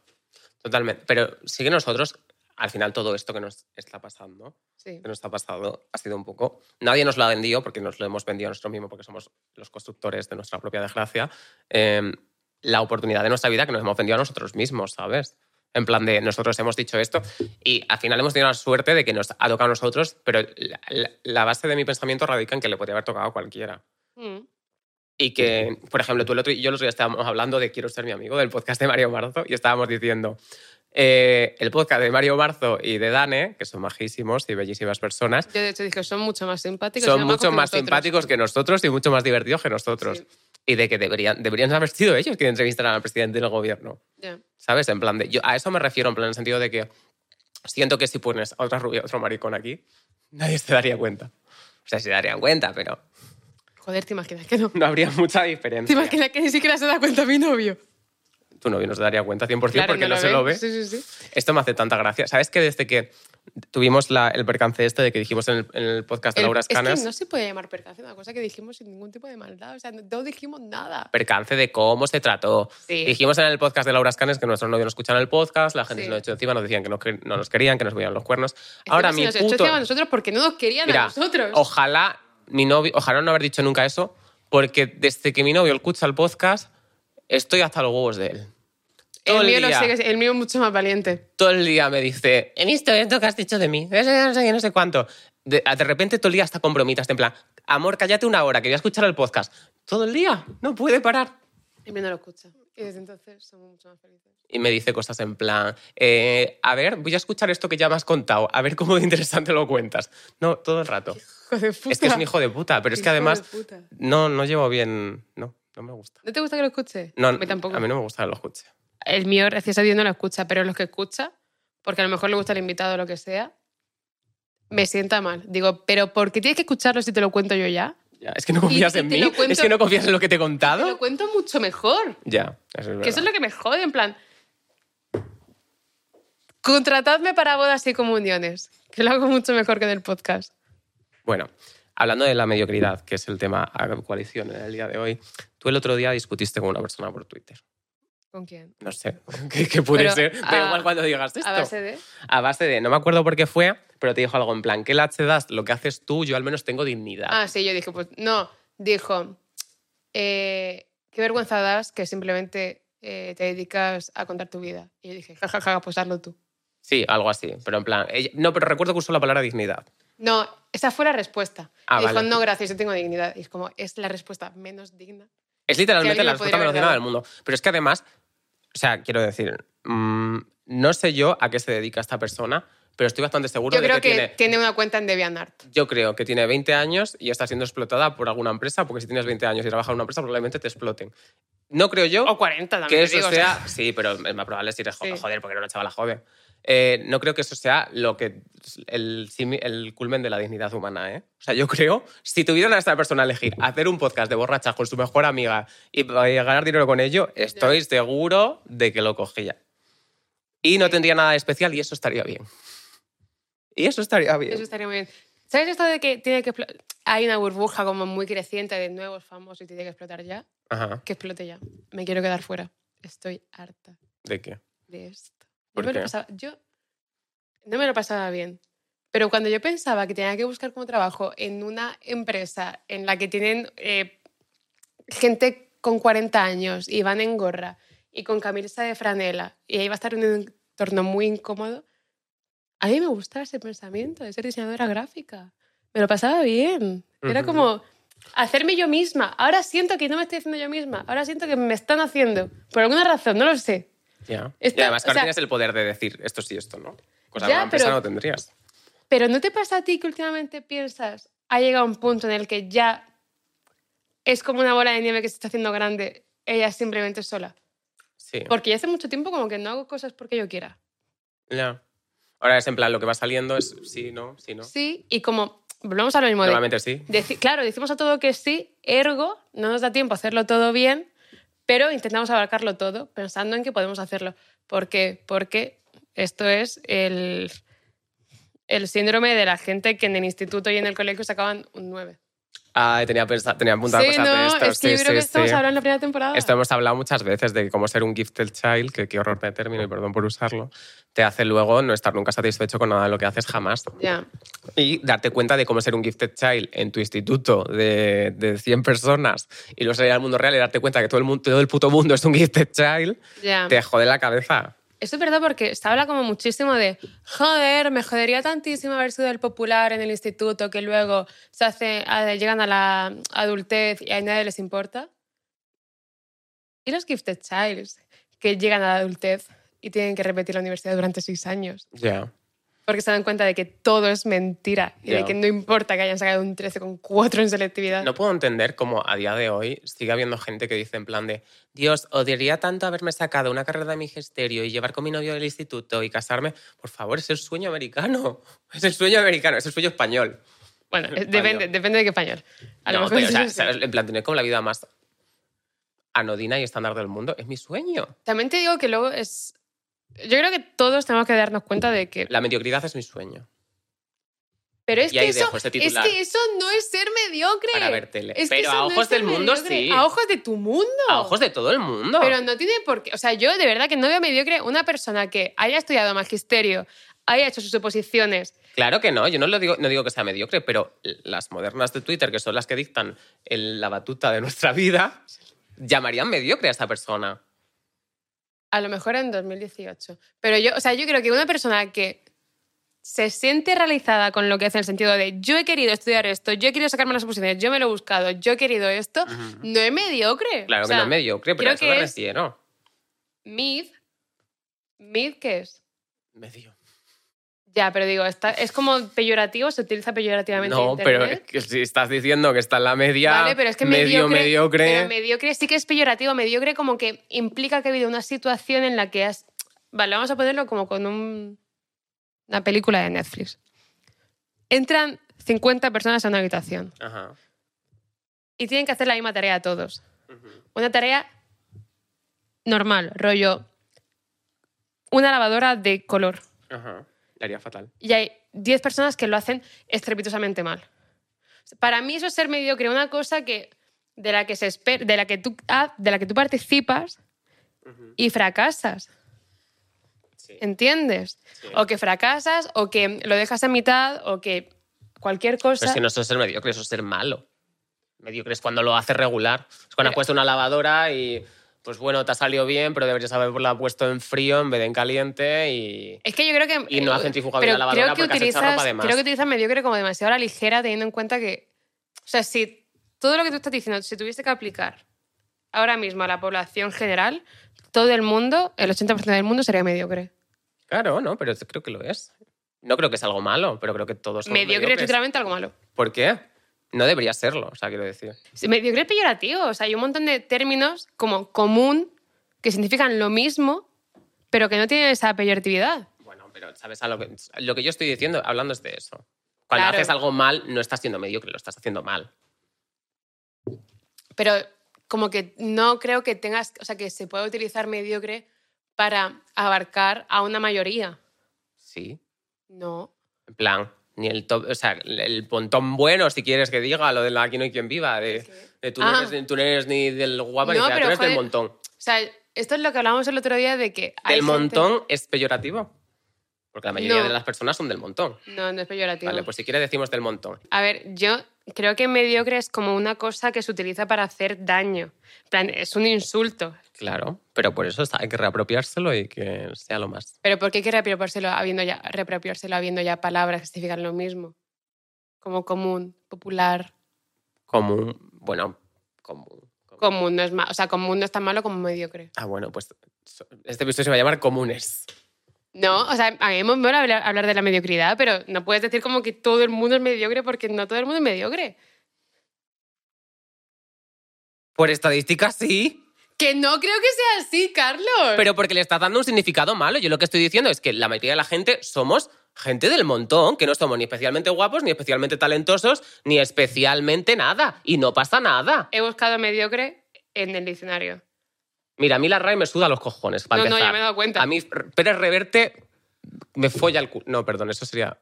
Speaker 2: Totalmente. Pero sí que nosotros, al final, todo esto que nos está pasando,
Speaker 1: Sí.
Speaker 2: que nos ha pasado ha sido un poco. Nadie nos lo ha vendido porque nos lo hemos vendido nosotros mismos porque somos los constructores de nuestra propia desgracia. eh, la oportunidad de nuestra vida que nos hemos vendido a nosotros mismos, ¿sabes? En plan de nosotros hemos dicho esto y al final hemos tenido la suerte de que nos ha tocado a nosotros, pero la, la- la base de mi pensamiento radica en que le podría haber tocado a cualquiera.
Speaker 1: Mm.
Speaker 2: Y que, por ejemplo, tú el otro, yo los días estábamos hablando de Quiero ser mi amigo, del podcast de Mario Marzo, y estábamos diciendo, eh, el podcast de Mario Marzo y de Dane, que son majísimos y bellísimas personas,
Speaker 1: Yo de hecho dije, son mucho más simpáticos. y
Speaker 2: son
Speaker 1: amajos
Speaker 2: mucho
Speaker 1: que
Speaker 2: más
Speaker 1: nosotros.
Speaker 2: simpáticos que nosotros y mucho más divertidos que nosotros.
Speaker 1: Sí.
Speaker 2: Y de que deberían, deberían haber sido ellos quienes entrevistaran al presidente del gobierno.
Speaker 1: Ya.
Speaker 2: ¿Sabes? En plan de. Yo a eso me refiero, en plan, en el sentido de que siento que si pones a otra rubia, otro maricón aquí, nadie se daría cuenta. O sea, se darían cuenta, pero
Speaker 1: Joder, te imaginas que no.
Speaker 2: no habría mucha
Speaker 1: Te
Speaker 2: diferencia.
Speaker 1: imaginas que ni siquiera se da cuenta mi novio.
Speaker 2: Tu novio no se daría cuenta 100% porque no,
Speaker 1: lo
Speaker 2: se lo ve.
Speaker 1: Sí, sí, sí.
Speaker 2: Esto me hace tanta gracia. ¿Sabes que desde que tuvimos la- el percance este de que dijimos en el, en el podcast de
Speaker 1: El-
Speaker 2: Laura
Speaker 1: es que
Speaker 2: Escanas,
Speaker 1: no se puede llamar percance, una cosa que dijimos sin ningún tipo de maldad. O sea, no, no dijimos nada.
Speaker 2: percance de cómo se trató.
Speaker 1: Sí.
Speaker 2: Dijimos en el podcast de Laura Escanes que nuestros novios no escuchaban el podcast, la gente
Speaker 1: Sí.
Speaker 2: se nos echó encima, nos decían que no, que no nos querían, que nos veían los cuernos.
Speaker 1: Encima
Speaker 2: Ahora
Speaker 1: Este se
Speaker 2: mi
Speaker 1: nos echó
Speaker 2: puto...
Speaker 1: encima a nosotros porque no nos querían
Speaker 2: Mira,
Speaker 1: a nosotros.
Speaker 2: ojalá mi novio, ojalá no haber dicho nunca eso, porque desde que mi novio escucha el podcast, estoy hasta los huevos de él. Todo
Speaker 1: el,
Speaker 2: el,
Speaker 1: mío lo
Speaker 2: día,
Speaker 1: sigue- el mío es mucho más valiente.
Speaker 2: todo el día me dice, he visto esto que has dicho de mí, no sé, no sé qué, no sé cuánto. De, de repente todo el día está con bromitas, en plan, amor, cállate una hora, que voy a escuchar el podcast. Todo el día, no puede parar.
Speaker 1: El mío no lo escucha. Y desde entonces somos mucho más felices.
Speaker 2: Y me dice cosas en plan, eh, a ver, voy a escuchar esto que ya me has contado, a ver cómo de interesante lo cuentas. No, todo el rato.
Speaker 1: Hijo de puta.
Speaker 2: Es que es un hijo de puta, pero es que
Speaker 1: Hijo de
Speaker 2: además
Speaker 1: puta.
Speaker 2: no, no llevo bien, no, no me gusta.
Speaker 1: ¿No te gusta que lo escuche?
Speaker 2: No,
Speaker 1: a mí tampoco.
Speaker 2: no me gusta que lo escuche.
Speaker 1: El mío, gracias a Dios, no lo escucha, pero los que escucha, porque a lo mejor le gusta el invitado o lo que sea, me sienta mal. Digo, pero ¿por qué tienes que escucharlo si te lo cuento yo ya?
Speaker 2: Ya, es que no confías
Speaker 1: y
Speaker 2: en
Speaker 1: te
Speaker 2: mí,
Speaker 1: lo cuento-
Speaker 2: es que no confías en lo que te he
Speaker 1: Te lo
Speaker 2: contado.
Speaker 1: cuento mucho mejor.
Speaker 2: Ya, eso es verdad.
Speaker 1: Que eso es lo que me jode, en plan. Contratadme para bodas y comuniones, que lo hago mucho mejor que en el podcast.
Speaker 2: Bueno, hablando de la mediocridad, que es el tema a coalición en el día de hoy, tú el otro día discutiste con una persona por Twitter.
Speaker 1: ¿Con quién?
Speaker 2: No sé qué, qué puede
Speaker 1: Pero,
Speaker 2: ser. Da
Speaker 1: a-
Speaker 2: igual cuando digas esto.
Speaker 1: A base de.
Speaker 2: a base de no me acuerdo por qué fue, pero te dijo algo en plan, ¿qué lache das? Lo que haces tú, yo al menos tengo dignidad.
Speaker 1: Ah, sí, yo dije, pues no. Dijo, eh, qué vergüenza das que simplemente eh, te dedicas a contar tu vida. Y yo dije, jajaja, pues hazlo tú.
Speaker 2: Sí, algo así, pero en plan, ella- no, pero recuerdo que usó la palabra dignidad.
Speaker 1: No, esa fue la respuesta.
Speaker 2: Ah,
Speaker 1: Y dijo,
Speaker 2: vale.
Speaker 1: no, gracias, yo tengo dignidad. Y es como, es la respuesta menos digna.
Speaker 2: Es literalmente
Speaker 1: alguien
Speaker 2: la
Speaker 1: lo
Speaker 2: respuesta
Speaker 1: podría
Speaker 2: menos
Speaker 1: haber
Speaker 2: dignidad del
Speaker 1: dado.
Speaker 2: mundo. Pero es que además, o sea, quiero decir, mm, no sé yo a qué se dedica esta persona, pero estoy bastante seguro
Speaker 1: Yo
Speaker 2: de
Speaker 1: creo que,
Speaker 2: que, tiene...
Speaker 1: tiene una cuenta en DeviantArt.
Speaker 2: Yo creo que tiene 20 años y está siendo explotada por alguna empresa, porque si tienes 20 años y trabajas en una empresa, probablemente te exploten. No creo yo
Speaker 1: O 40 también.
Speaker 2: que
Speaker 1: te digo,
Speaker 2: eso
Speaker 1: o
Speaker 2: sea. Sí, pero es más probable si eres joven,
Speaker 1: Sí.
Speaker 2: joder, porque era una chavala joven. Eh, no creo que eso sea lo que el, simi- el culmen de la dignidad humana, ¿eh? O sea, yo creo, si tuvieran a esta persona a elegir hacer un podcast de borrachas con su mejor amiga y eh, ganar dinero con ello, estoy seguro de que lo cogía. Y no tendría nada de especial y eso estaría bien. Y eso estaría bien.
Speaker 1: Eso estaría muy bien. ¿Sabes esto de que tiene que explo- hay una burbuja como muy creciente de nuevos famosos y tiene que explotar ya?
Speaker 2: Ajá.
Speaker 1: Que explote ya. Me quiero quedar fuera. Estoy harta
Speaker 2: ¿De qué?
Speaker 1: de esto.
Speaker 2: ¿Por
Speaker 1: yo, me
Speaker 2: qué?
Speaker 1: Lo pasaba, yo no me lo pasaba bien. Pero cuando yo pensaba que tenía que buscar como trabajo en una empresa en la que tienen eh, gente con 40 años y van en gorra y con camisa de franela y ahí va a estar en un entorno muy incómodo, a mí me gustaba ese pensamiento de ser diseñadora gráfica. Me lo pasaba bien. Era
Speaker 2: Ujú.
Speaker 1: como hacerme yo misma. Ahora siento que no me estoy haciendo yo misma. Ahora siento que me están haciendo. Por alguna razón, no lo sé.
Speaker 2: Ya.
Speaker 1: Esta-
Speaker 2: y además, que
Speaker 1: o
Speaker 2: ahora
Speaker 1: sea-
Speaker 2: tienes el poder de decir esto sí, esto no. Cosa que
Speaker 1: Ya,
Speaker 2: una empresa
Speaker 1: pero-
Speaker 2: no tendrías.
Speaker 1: Pero ¿no te pasa a ti que últimamente piensas, ha llegado un punto en el que ya es como una bola de nieve que se está haciendo grande, ella simplemente sola?
Speaker 2: Sí.
Speaker 1: Porque ya hace mucho tiempo como que no hago cosas porque yo quiera.
Speaker 2: Ya. Ahora es en plan, lo que va saliendo es sí, no, sí, no.
Speaker 1: Sí, y como, volvemos a lo mismo. de-
Speaker 2: Normalmente sí.
Speaker 1: deci- claro, decimos a todo que sí, ergo, no nos da tiempo a hacerlo todo bien, pero intentamos abarcarlo todo pensando en que podemos hacerlo. ¿Por qué? Porque esto es el, el síndrome de la gente que en el instituto y en el colegio sacaban un 9.
Speaker 2: Ay, tenía, pensa- tenía apuntado
Speaker 1: sí,
Speaker 2: cosas de
Speaker 1: no,
Speaker 2: esto.
Speaker 1: es que
Speaker 2: sí,
Speaker 1: yo creo
Speaker 2: sí,
Speaker 1: que
Speaker 2: sí.
Speaker 1: estamos hablando en la primera temporada.
Speaker 2: Esto hemos hablado muchas veces de cómo ser un gifted child, que qué horror de término y perdón por usarlo, te hace luego no estar nunca satisfecho con nada de lo que haces jamás.
Speaker 1: Ya.
Speaker 2: Y darte cuenta de cómo ser un gifted child en tu instituto de, de 100 personas y luego salir al mundo real y darte cuenta que todo el, mundo, todo el puto mundo es un gifted child,
Speaker 1: Ya.
Speaker 2: te jode la cabeza.
Speaker 1: Esto es verdad porque se habla como muchísimo de, joder, me jodería tantísimo haber sido el popular en el instituto que luego se hace, a- llegan a la adultez y a nadie les importa. Y los gifted childs que llegan a la adultez y tienen que repetir la universidad durante seis años
Speaker 2: Ya.
Speaker 1: porque se dan cuenta de que todo es mentira y de
Speaker 2: Ya.
Speaker 1: que no importa que hayan sacado un 13,4 en selectividad.
Speaker 2: No puedo entender cómo a día de hoy sigue habiendo gente que dice en plan de Dios, odiaría tanto haberme sacado una carrera de magisterio y llevar con mi novio del instituto y casarme. Por favor, es el sueño americano. Es el sueño americano, es el sueño español.
Speaker 1: bueno,
Speaker 2: Español.
Speaker 1: depende, depende de qué español. A lo
Speaker 2: No,
Speaker 1: mejor
Speaker 2: pero, o sea,
Speaker 1: sí, sí.
Speaker 2: ¿sabes? en plan, tener como la vida más anodina y estándar del mundo es mi sueño.
Speaker 1: También te digo que luego es... Yo creo que todos tenemos que darnos cuenta de que
Speaker 2: La mediocridad es mi sueño
Speaker 1: Pero es
Speaker 2: Y
Speaker 1: que,
Speaker 2: ahí
Speaker 1: eso,
Speaker 2: dejo este
Speaker 1: es
Speaker 2: titular.
Speaker 1: que eso no es ser mediocre.
Speaker 2: para ver tele.
Speaker 1: Es que
Speaker 2: pero
Speaker 1: eso
Speaker 2: a
Speaker 1: no es
Speaker 2: ojos
Speaker 1: ser
Speaker 2: del mundo
Speaker 1: mediocre.
Speaker 2: sí.
Speaker 1: A ojos de tu mundo.
Speaker 2: A ojos de todo el mundo.
Speaker 1: Pero no tiene por qué. O sea, yo de verdad que no veo mediocre una persona que haya estudiado magisterio, haya hecho sus oposiciones.
Speaker 2: Claro que no, yo no, lo digo, no digo que sea mediocre, pero las modernas de Twitter, que son las que dictan el- la batuta de nuestra vida, llamarían mediocre a esta persona.
Speaker 1: A lo mejor en 2018. Pero yo, o sea, yo creo que una persona que se siente realizada con lo que hace en el sentido de yo he querido estudiar esto, yo he querido sacarme las oposiciones, yo me lo he buscado, yo he querido esto, no es mediocre.
Speaker 2: Claro
Speaker 1: O sea,
Speaker 2: que no es mediocre, pero
Speaker 1: creo
Speaker 2: a eso
Speaker 1: que
Speaker 2: me
Speaker 1: es-
Speaker 2: refiero.
Speaker 1: Mid. ¿Mid qué es?
Speaker 2: Medio.
Speaker 1: Ya, pero digo, está, es como peyorativo, se utiliza peyorativamente. en
Speaker 2: No, pero es
Speaker 1: Internet.
Speaker 2: que si estás diciendo que está en la media,
Speaker 1: Vale, pero es que
Speaker 2: medio
Speaker 1: mediocre,
Speaker 2: mediocre.
Speaker 1: Pero mediocre sí que es peyorativo. Mediocre como que implica que ha habido una situación en la que has. Vale, vamos a ponerlo como con un- una película de Netflix. Entran 50 personas a una habitación
Speaker 2: Ajá.
Speaker 1: y tienen que hacer la misma tarea a todos.
Speaker 2: Ujú.
Speaker 1: Una tarea normal, rollo. Una lavadora de color.
Speaker 2: Ajá. Le haría fatal.
Speaker 1: y hay 10 personas que lo hacen estrepitosamente mal. Para mí eso es ser mediocre, una cosa que de la que se espera, de la que tú ha- de la que tú participas
Speaker 2: Ujú.
Speaker 1: y fracasas,
Speaker 2: Sí.
Speaker 1: ¿entiendes?
Speaker 2: Sí.
Speaker 1: O que fracasas o que lo dejas a mitad o que cualquier cosa.
Speaker 2: Pero es que no eso es ser mediocre, eso es ser malo. Mediocre es cuando lo haces regular. Es cuando
Speaker 1: Pero-
Speaker 2: has puesto una lavadora y, pues bueno, te ha salido bien, pero deberías haberla puesto en frío en vez de en caliente y...
Speaker 1: Es que yo creo que. eh,
Speaker 2: Y no ha centrifugado bien la lavadora porque has hecho ropa de más.
Speaker 1: creo que utilizas mediocre como demasiado a la ligera, teniendo en cuenta que. O sea, si todo lo que tú estás diciendo, si tuviese que aplicar ahora mismo a la población general, todo el mundo, el 80% del mundo sería mediocre.
Speaker 2: Claro, no, pero creo que lo es. No creo que es algo malo, pero creo que todos somos
Speaker 1: mediocre es
Speaker 2: mediocres.
Speaker 1: literalmente algo malo.
Speaker 2: ¿Por qué? No debería serlo, o sea, quiero decir.
Speaker 1: Sí, Mediocre es peyorativo. O sea, hay un montón de términos como común que significan lo mismo, pero que no tienen esa peyoratividad.
Speaker 2: Bueno, pero ¿sabes a lo que, lo que yo estoy diciendo? Hablando es de eso. Cuando
Speaker 1: Claro.
Speaker 2: haces algo mal, no estás siendo mediocre, lo estás haciendo mal.
Speaker 1: pero como que no creo que tengas, o sea, que se pueda utilizar mediocre para abarcar a una mayoría.
Speaker 2: Sí.
Speaker 1: No.
Speaker 2: En plan, ni el top, o sea, el- el pontón bueno, si quieres que diga, lo de la aquí no hay quien viva, de, de tú,
Speaker 1: Ah.
Speaker 2: no eres, tú no eres ni del
Speaker 1: No,
Speaker 2: guapa ni nada, tú
Speaker 1: pero,
Speaker 2: eres del
Speaker 1: joder,
Speaker 2: montón.
Speaker 1: O sea, esto es lo que hablábamos el otro día de que... hay
Speaker 2: ¿Del
Speaker 1: gente-
Speaker 2: montón es peyorativo? Porque la mayoría
Speaker 1: No.
Speaker 2: de las personas son del montón.
Speaker 1: No, no es peyorativo.
Speaker 2: Vale, pues si quieres decimos del montón.
Speaker 1: A ver, yo creo que mediocre es como una cosa que se utiliza para hacer daño. En plan, es un insulto.
Speaker 2: Claro, pero por eso está- hay que reapropiárselo y que sea lo más.
Speaker 1: Pero ¿por qué hay que reapropiárselo habiendo ya, reapropiárselo habiendo ya palabras que significan lo mismo? Como común, popular.
Speaker 2: común, bueno, común. común.
Speaker 1: Común no es malo. O sea, común no es tan malo como mediocre.
Speaker 2: Ah, bueno, pues so- este episodio se va a llamar comunes.
Speaker 1: No, o sea, a mí me mola hablar, hablar de la mediocridad, pero no puedes decir como que todo el mundo es mediocre porque no todo el mundo es mediocre.
Speaker 2: Por estadística sí,
Speaker 1: Que no creo que sea así, Carlos.
Speaker 2: pero porque le estás dando un significado malo. Yo lo que estoy diciendo es que la mayoría de la gente somos gente del montón, que no somos ni especialmente guapos, ni especialmente talentosos, ni especialmente nada. Y no pasa nada.
Speaker 1: He buscado mediocre en el diccionario.
Speaker 2: Mira, a mí la RAE me suda los cojones. para
Speaker 1: no, no, ya
Speaker 2: empezar.
Speaker 1: me he dado cuenta.
Speaker 2: A mí Pérez Reverte me folla el culo. No, perdón, eso sería...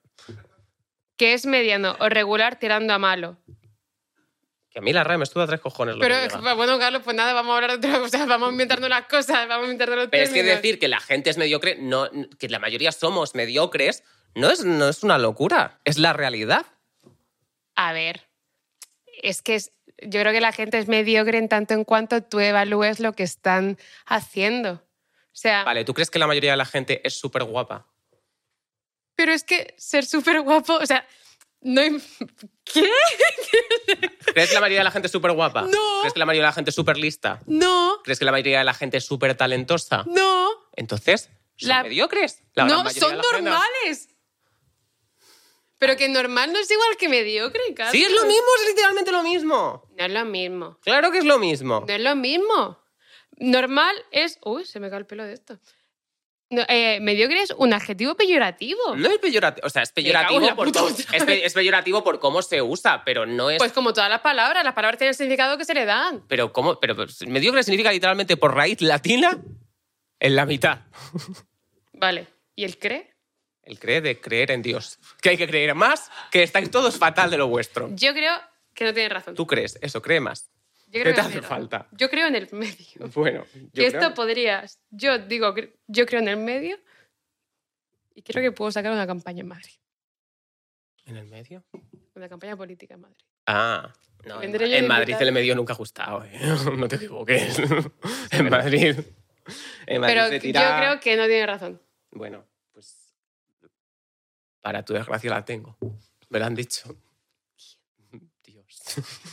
Speaker 1: Que es mediano o regular tirando a malo.
Speaker 2: Que a mí la RAE me estuvo a tres cojones. Lo
Speaker 1: Pero
Speaker 2: que me
Speaker 1: es-
Speaker 2: llega.
Speaker 1: bueno, Carlos, pues nada, vamos a hablar de otra cosa, vamos a inventarnos las cosas, vamos a inventarnos los
Speaker 2: Pero es que
Speaker 1: términos.
Speaker 2: decir que la gente es mediocre, no, que la mayoría somos mediocres, no es, no es una locura, es la realidad.
Speaker 1: A ver, es que es- yo creo que la gente es mediocre en tanto en cuanto tú evalúes lo que están haciendo. O sea,
Speaker 2: Vale, ¿tú crees que la mayoría de la gente es súper guapa?
Speaker 1: pero es que ser súper guapo, o sea, no... im- ¿Qué?
Speaker 2: ¿Crees que la mayoría de la gente es súper guapa?
Speaker 1: No.
Speaker 2: ¿Crees que la mayoría de la gente es súper lista?
Speaker 1: No,
Speaker 2: ¿Crees que la mayoría de la gente es súper talentosa?
Speaker 1: no,
Speaker 2: Entonces, ¿son
Speaker 1: La-
Speaker 2: mediocres? La gran
Speaker 1: no,
Speaker 2: mayoría
Speaker 1: son
Speaker 2: de la gente.
Speaker 1: normales. Pero que normal no es igual que mediocre, Carlos.
Speaker 2: Sí, es lo mismo, es literalmente lo mismo.
Speaker 1: No es lo mismo.
Speaker 2: Claro que es lo mismo.
Speaker 1: No es lo mismo. Normal es. Uy, se me cae el pelo de esto. No, eh, mediocre es un adjetivo peyorativo.
Speaker 2: No es peyorativo, o sea, es
Speaker 1: cago en
Speaker 2: peyorativo,
Speaker 1: la
Speaker 2: por,
Speaker 1: puta otra
Speaker 2: es, pe- es peyorativo por cómo se usa, pero no es...
Speaker 1: Pues como todas las palabras, las palabras tienen el significado que se le dan.
Speaker 2: pero cómo, pero pues, mediocre significa literalmente por raíz latina en la mitad.
Speaker 1: Vale. ¿Y el cree?
Speaker 2: El creer de creer en Dios. Que hay que creer más, que estáis todos fatal de lo vuestro.
Speaker 1: Yo creo que no tienes razón.
Speaker 2: Tú crees, eso, cree más.
Speaker 1: Yo creo
Speaker 2: ¿Qué
Speaker 1: que
Speaker 2: te
Speaker 1: no
Speaker 2: hace
Speaker 1: tienes razón.
Speaker 2: falta?
Speaker 1: Yo creo en el medio.
Speaker 2: Bueno, yo
Speaker 1: que esto
Speaker 2: creo-
Speaker 1: podrías. Yo digo, cre- yo creo en el medio y creo que puedo sacar una campaña en Madrid.
Speaker 2: ¿En el medio?
Speaker 1: Una campaña política en Madrid.
Speaker 2: Ah, no, en,
Speaker 1: Vendré yo
Speaker 2: en
Speaker 1: de
Speaker 2: Madrid
Speaker 1: invitada.
Speaker 2: el medio nunca ha gustado, ¿eh? no te equivoques. en Madrid... En Madrid
Speaker 1: Pero
Speaker 2: se
Speaker 1: yo
Speaker 2: tira-
Speaker 1: creo que no tienes razón.
Speaker 2: Bueno, pues para tu desgracia la tengo. Me lo han dicho. Dios.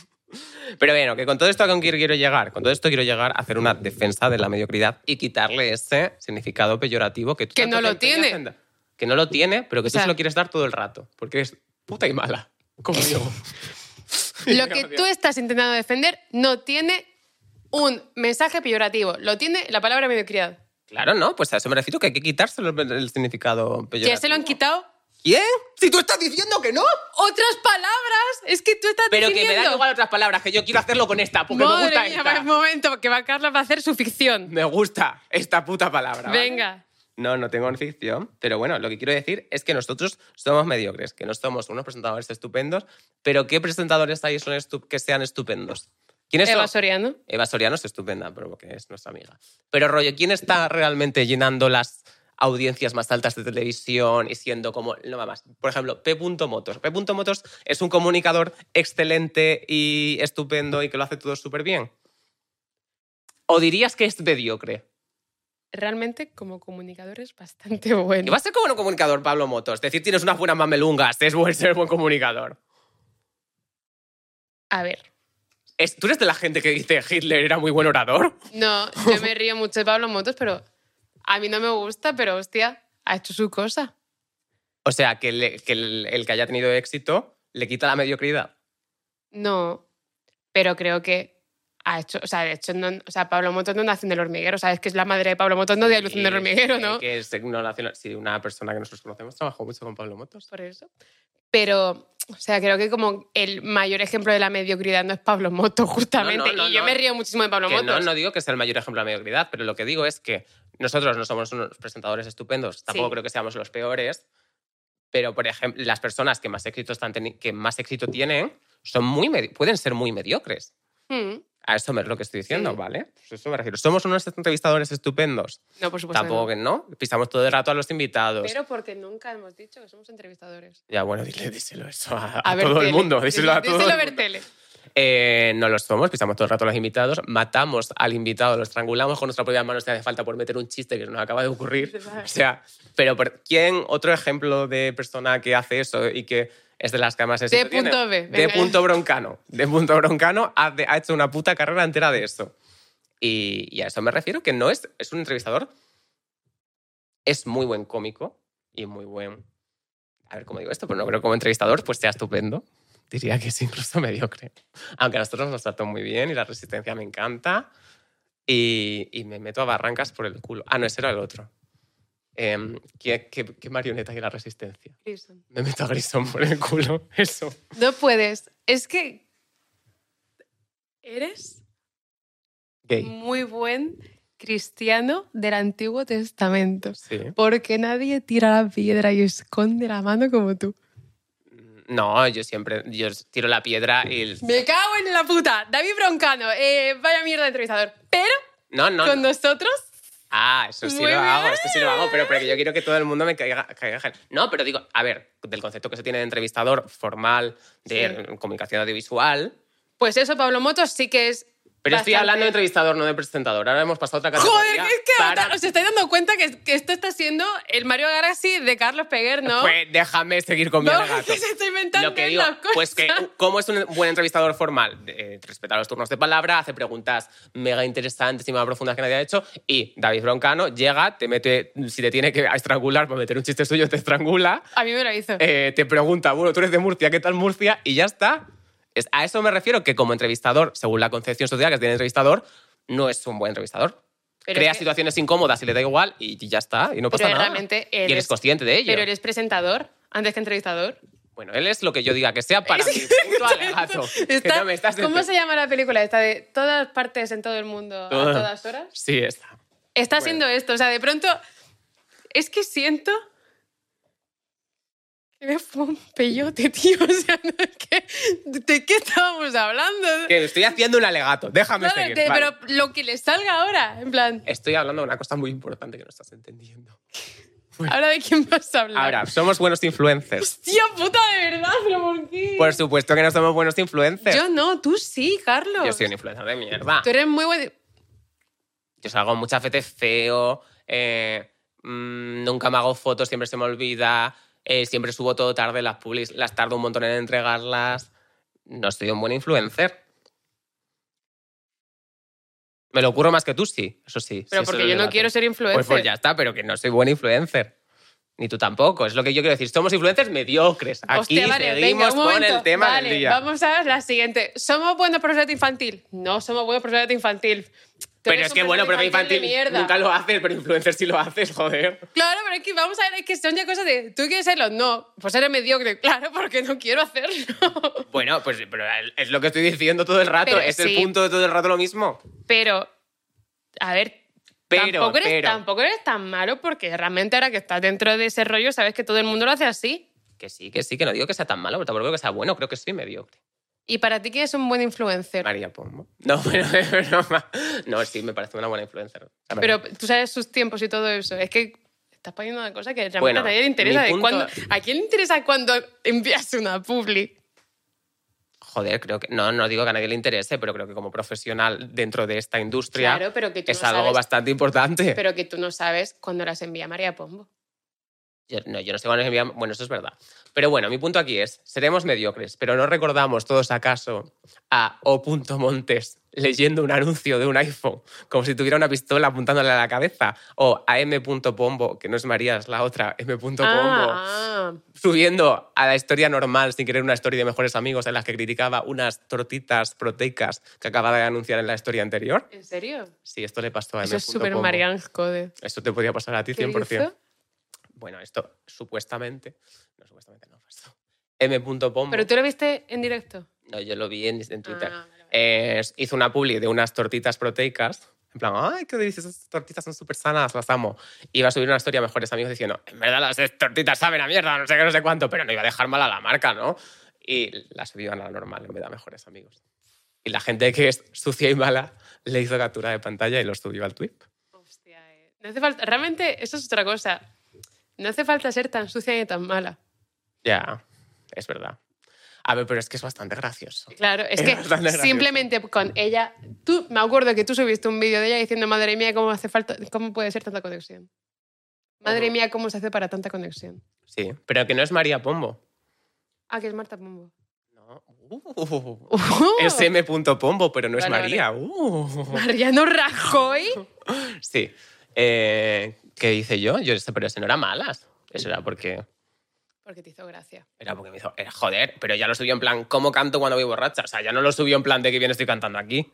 Speaker 2: Pero bueno, que con todo esto a con qué quiero llegar, con todo esto quiero llegar a hacer una defensa de la mediocridad y quitarle ese significado peyorativo que tú
Speaker 1: Que no
Speaker 2: tanto te
Speaker 1: lo
Speaker 2: empeñas
Speaker 1: tiene.
Speaker 2: en dar. Que no lo tiene, pero que
Speaker 1: O
Speaker 2: tú
Speaker 1: sea-
Speaker 2: se lo quieres dar todo el rato, porque eres puta y mala, como yo.
Speaker 1: Lo que tú estás intentando defender no tiene un mensaje peyorativo, lo tiene la palabra mediocridad.
Speaker 2: Claro, no, pues a eso me refiero que hay que quitárselo el significado peyorativo.
Speaker 1: Que se lo han quitado
Speaker 2: ¿Quién? Si tú estás diciendo que no.
Speaker 1: otras palabras. Es que tú estás
Speaker 2: Pero que
Speaker 1: definiendo.
Speaker 2: me dan igual otras palabras, que yo quiero hacerlo con esta, porque
Speaker 1: Madre
Speaker 2: me gusta
Speaker 1: mía,
Speaker 2: esta.
Speaker 1: va, un momento, que va Carlos va a hacer su ficción.
Speaker 2: Me gusta esta puta palabra. ¿vale?
Speaker 1: Venga.
Speaker 2: No, no tengo ficción, pero bueno, lo que quiero decir es que nosotros somos mediocres, que no somos unos presentadores estupendos, pero ¿qué presentadores hay son estu- que sean estupendos? ¿Quiénes
Speaker 1: Eva
Speaker 2: son?
Speaker 1: Soriano.
Speaker 2: Eva Soriano es estupenda, pero porque es nuestra amiga. Pero rollo, ¿quién está realmente llenando las audiencias más altas de televisión y siendo como no va más? Por ejemplo, P. Motos. P. Motos es un comunicador excelente y estupendo y que lo hace todo súper bien. ¿O dirías que es mediocre?
Speaker 1: Realmente, como comunicador, es bastante
Speaker 2: Que
Speaker 1: bueno.
Speaker 2: va a ser como un comunicador Pablo Motos. Es decir, tienes unas buenas mamelungas, es buen ser buen comunicador.
Speaker 1: A ver.
Speaker 2: Es- ¿Tú eres de la gente que dice Hitler era muy buen orador?
Speaker 1: No, yo me río mucho de Pablo Motos, pero a mí no me gusta, pero hostia, ha hecho su cosa.
Speaker 2: O sea, que, le- que el, el que haya tenido éxito le quita la mediocridad.
Speaker 1: No, pero creo que ha hecho, o sea, de hecho, no, o sea, Pablo Motos no nació en el hormiguero, ¿sabes? Que es la madre de Pablo Motos, no de Luz en
Speaker 2: Sí,
Speaker 1: el hormiguero,
Speaker 2: sí,
Speaker 1: ¿no?
Speaker 2: Que es una, nacional- sí, una persona que nosotros conocemos trabajó mucho con Pablo Motos.
Speaker 1: Por eso. Pero, o sea, creo que como el mayor ejemplo de la mediocridad no es Pablo Motos, justamente.
Speaker 2: no,
Speaker 1: y yo
Speaker 2: no.
Speaker 1: me río muchísimo de Pablo
Speaker 2: Que no,
Speaker 1: Motos.
Speaker 2: no digo que sea el mayor ejemplo de la mediocridad, pero lo que digo es que nosotros no somos unos presentadores estupendos, tampoco
Speaker 1: Sí.
Speaker 2: creo que seamos los peores, pero por ejemplo, las personas que más éxito, están teni- que más éxito tienen son muy medi- pueden ser muy mediocres.
Speaker 1: Mm,
Speaker 2: A eso me- es lo que estoy diciendo,
Speaker 1: Sí.
Speaker 2: ¿vale? Pues eso me refiero. Somos unos entrevistadores estupendos.
Speaker 1: no, por supuesto. que
Speaker 2: Tampoco
Speaker 1: no.
Speaker 2: que no. Pisamos todo el rato a los invitados.
Speaker 1: Pero porque nunca hemos dicho que somos entrevistadores.
Speaker 2: Ya, bueno, dile, díselo eso a, a
Speaker 1: A ver,
Speaker 2: todo el
Speaker 1: tele.
Speaker 2: mundo. Díselo a todo
Speaker 1: Díselo
Speaker 2: el
Speaker 1: a ver
Speaker 2: mundo.
Speaker 1: tele.
Speaker 2: Eh, no lo somos, pisamos todo el rato a los invitados, matamos al invitado, lo estrangulamos con nuestra propia mano si hace falta por meter un chiste que nos acaba de ocurrir. O sea, pero por- ¿quién otro ejemplo de persona que hace eso y que es de las que más éxito
Speaker 1: De punto
Speaker 2: tiene?
Speaker 1: B,
Speaker 2: De
Speaker 1: venga.
Speaker 2: punto broncano. De punto broncano ha, de- ha hecho una puta carrera entera de eso. Y, y a eso me refiero, que no es, es un entrevistador, es muy buen cómico y muy buen... A ver, ¿cómo digo esto? Pues no creo que como entrevistador pues sea estupendo. Diría que es incluso mediocre. Aunque a nosotros nos trató muy bien y la resistencia me encanta. Y, y me meto a barrancas por el culo. Ah, no, ese era el otro. Em, ¿qué, qué- qué marioneta hay en la resistencia?
Speaker 1: Grison.
Speaker 2: Me meto a Grisón por el culo. Eso.
Speaker 1: No puedes. Es que eres
Speaker 2: Gay.
Speaker 1: muy buen cristiano del Antiguo Testamento.
Speaker 2: Sí.
Speaker 1: Porque nadie tira la piedra y esconde la mano como tú.
Speaker 2: Mm, No, yo siempre yo tiro la piedra y.
Speaker 1: Me cago en la puta. David Broncano, eh, vaya mierda de entrevistador. Pero
Speaker 2: No, no.
Speaker 1: con
Speaker 2: no.
Speaker 1: nosotros,
Speaker 2: Ah, eso sí
Speaker 1: Muy
Speaker 2: lo hago,
Speaker 1: bien.
Speaker 2: esto sí lo hago, pero porque yo quiero que todo el mundo me caiga. caiga gen- no, pero digo, a ver, del concepto que se tiene de entrevistador formal, de comunicación audiovisual.
Speaker 1: pues eso, Pablo Motos sí que es.
Speaker 2: Pero estoy
Speaker 1: bastante-
Speaker 2: hablando de entrevistador, no de presentador. Ahora hemos pasado a otra
Speaker 1: Joder,
Speaker 2: categoría.
Speaker 1: es que
Speaker 2: para-
Speaker 1: otra- os estáis dando cuenta que, que esto está siendo el Mario Garasi de Carlos Peguer, ¿no?
Speaker 2: Pues déjame seguir con mi
Speaker 1: No,
Speaker 2: alegato.
Speaker 1: que se está inventando
Speaker 2: Lo que
Speaker 1: él
Speaker 2: digo,
Speaker 1: las cosas.
Speaker 2: pues que como es un buen entrevistador formal, Eh, respeta los turnos de palabra, hace preguntas mega interesantes y más profundas que nadie ha hecho, y David Broncano llega, te mete, si te tiene que estrangular para meter un chiste suyo, te estrangula,
Speaker 1: A mí me lo hizo.
Speaker 2: eh, te pregunta, bueno, tú eres de Murcia, ¿qué tal Murcia? Y ya está. Es- A eso me refiero, que como entrevistador, según la concepción social que tiene el entrevistador, no es un buen entrevistador.
Speaker 1: Pero
Speaker 2: Crea
Speaker 1: es que-
Speaker 2: situaciones incómodas y le da igual y ya está, y no
Speaker 1: Pero
Speaker 2: pasa nada.
Speaker 1: realmente
Speaker 2: y
Speaker 1: eres-
Speaker 2: eres consciente de ello.
Speaker 1: Pero eres presentador antes que entrevistador.
Speaker 2: Bueno, él es lo que yo diga que sea para mi puto alegato. que
Speaker 1: Está-
Speaker 2: no me estás
Speaker 1: ¿Cómo
Speaker 2: diciendo.
Speaker 1: se llama la película esta de todas partes en todo el mundo a
Speaker 2: Todas.
Speaker 1: todas horas?
Speaker 2: Sí, está.
Speaker 1: Está
Speaker 2: Bueno.
Speaker 1: haciendo esto, o sea, de pronto es que siento que me fue un peyote, tío, o sea, no, es que- ¿de qué estábamos hablando?
Speaker 2: Que estoy haciendo un alegato, déjame
Speaker 1: Claro,
Speaker 2: seguir.
Speaker 1: de-
Speaker 2: vale.
Speaker 1: Pero lo que le salga ahora, en plan,
Speaker 2: Estoy hablando de una cosa muy importante que no estás entendiendo.
Speaker 1: ¿ahora de quién vas a hablar?
Speaker 2: Ahora, somos buenos influencers.
Speaker 1: Hostia puta, de verdad, pero ¿por qué?
Speaker 2: Por supuesto que no somos buenos influencers.
Speaker 1: Yo no, tú sí, Carlos.
Speaker 2: Yo soy un influencer de mierda.
Speaker 1: Tú eres muy buen...
Speaker 2: Yo salgo muchas veces feo, eh, mm, nunca me hago fotos, siempre se me olvida, eh, siempre subo todo tarde las publis, las tardo un montón en entregarlas. No soy un buen influencer. Me lo ocurro más que tú, sí, eso sí.
Speaker 1: Pero
Speaker 2: sí, eso
Speaker 1: porque
Speaker 2: es
Speaker 1: yo no
Speaker 2: verdad.
Speaker 1: quiero ser influencer.
Speaker 2: Pues, pues ya está, pero que no soy buen influencer. Ni tú tampoco, es lo que yo quiero decir. Somos influencers mediocres. Aquí
Speaker 1: Hostia, vale, venga,
Speaker 2: seguimos
Speaker 1: un
Speaker 2: con
Speaker 1: momento.
Speaker 2: el tema
Speaker 1: Vale,
Speaker 2: del día.
Speaker 1: Vamos a la siguiente. ¿Somos buenos profesores de infantil? No somos buenos profesores de infantil. Tú
Speaker 2: Pero
Speaker 1: eres
Speaker 2: es
Speaker 1: un
Speaker 2: que, bueno, profe
Speaker 1: de
Speaker 2: infantil
Speaker 1: mierda.
Speaker 2: nunca lo haces, pero influencer sí lo haces, joder.
Speaker 1: Claro, pero es que vamos a ver, es que son ya cosas de. ¿Tú quieres serlo? No. Pues eres mediocre. Claro, porque no quiero hacerlo.
Speaker 2: Bueno, pues pero es lo que estoy diciendo todo el rato.
Speaker 1: Pero
Speaker 2: es
Speaker 1: sí.
Speaker 2: el punto de todo el rato lo mismo.
Speaker 1: Pero, a ver.
Speaker 2: Pero,
Speaker 1: tampoco, eres,
Speaker 2: pero.
Speaker 1: tampoco eres tan malo porque realmente ahora que estás dentro de ese rollo sabes que todo el mundo lo hace así.
Speaker 2: Que sí, que sí, que no digo que sea tan malo, pero tampoco creo que sea bueno, creo que soy mediocre.
Speaker 1: ¿Y para ti quién es un buen influencer?
Speaker 2: María Pombo. No, bueno, es broma. No, sí, me parece una buena influencer. La verdad.
Speaker 1: Pero tú sabes sus tiempos y todo eso. Es que estás poniendo una cosa que realmente
Speaker 2: Bueno,
Speaker 1: a nadie le interesa.
Speaker 2: mi
Speaker 1: de
Speaker 2: punto-
Speaker 1: cuándo- ¿A quién le interesa cuando envías una publi?
Speaker 2: Joder, creo que. No, no digo que a nadie le interese, pero creo que como profesional dentro de esta industria
Speaker 1: Claro, pero que tú
Speaker 2: es
Speaker 1: no
Speaker 2: algo
Speaker 1: sabes-
Speaker 2: bastante importante.
Speaker 1: Pero que tú no sabes cuándo las envía María Pombo.
Speaker 2: Yo, no, yo no sé cuándo nos enviamos- Bueno, eso es verdad. Pero bueno, mi punto aquí es, seremos mediocres, pero ¿no recordamos todos acaso a O. Montes leyendo un anuncio de un iPhone como si tuviera una pistola apuntándole a la cabeza? O a M. Pombo, que no es María, es la otra, M. Pombo,
Speaker 1: Ah,
Speaker 2: subiendo a la historia normal sin querer una historia de mejores amigos en las que criticaba unas tortitas proteicas que acababa de anunciar en la historia anterior.
Speaker 1: ¿en serio?
Speaker 2: Sí, esto le pasó a
Speaker 1: Eso
Speaker 2: M.
Speaker 1: es súper
Speaker 2: Pombo.
Speaker 1: Marianne Code.
Speaker 2: Esto te podría pasar a ti
Speaker 1: ¿Qué
Speaker 2: 100%.
Speaker 1: hizo?
Speaker 2: Bueno, esto supuestamente, no supuestamente no pasó. M. Pombo.
Speaker 1: Pero tú lo viste en directo.
Speaker 2: No, yo lo vi en, en Twitter.
Speaker 1: Ah, vale, vale.
Speaker 2: Eh, hizo una publi de unas tortitas proteicas. En plan, ay, qué deliciosas estas tortitas, son súper sanas, las amo. Iba a subir una historia a mejores amigos diciendo, en verdad las tortitas saben a mierda, no sé qué, no sé cuánto, pero no iba a dejar mal a la marca, ¿no? Y la subieron a la normal, en vez de a mejores amigos. Y la gente que es sucia y mala le hizo captura de pantalla y lo subió al tweet.
Speaker 1: Hostia, eh. No hace falta... Realmente, eso es otra cosa. No hace falta ser tan sucia y tan mala.
Speaker 2: Ya, es verdad. A ver, pero es que es bastante gracioso.
Speaker 1: Claro, es
Speaker 2: Es
Speaker 1: que
Speaker 2: bastante gracioso.
Speaker 1: simplemente con ella, tú me acuerdo que tú subiste un vídeo de ella diciendo, madre mía, cómo hace falta, cómo puede ser tanta conexión. Madre
Speaker 2: Ujú.
Speaker 1: mía, cómo se hace para tanta conexión.
Speaker 2: Sí, pero que no es María Pombo.
Speaker 1: Ah, que es Marta Pombo.
Speaker 2: No. Uh.
Speaker 1: ¡Oh!
Speaker 2: Es M. Pombo, pero no es
Speaker 1: Vale,
Speaker 2: María. Uh.
Speaker 1: Mariano Rajoy.
Speaker 2: Sí. Eh, ¿Qué hice yo? Yo ese- pero ese no era malas. Eso era porque.
Speaker 1: Porque te hizo gracia.
Speaker 2: Era porque me hizo. eh, joder, pero ya lo subió en plan, ¿cómo canto cuando voy borracha? O sea, ya no lo subió en plan de que bien estoy cantando aquí.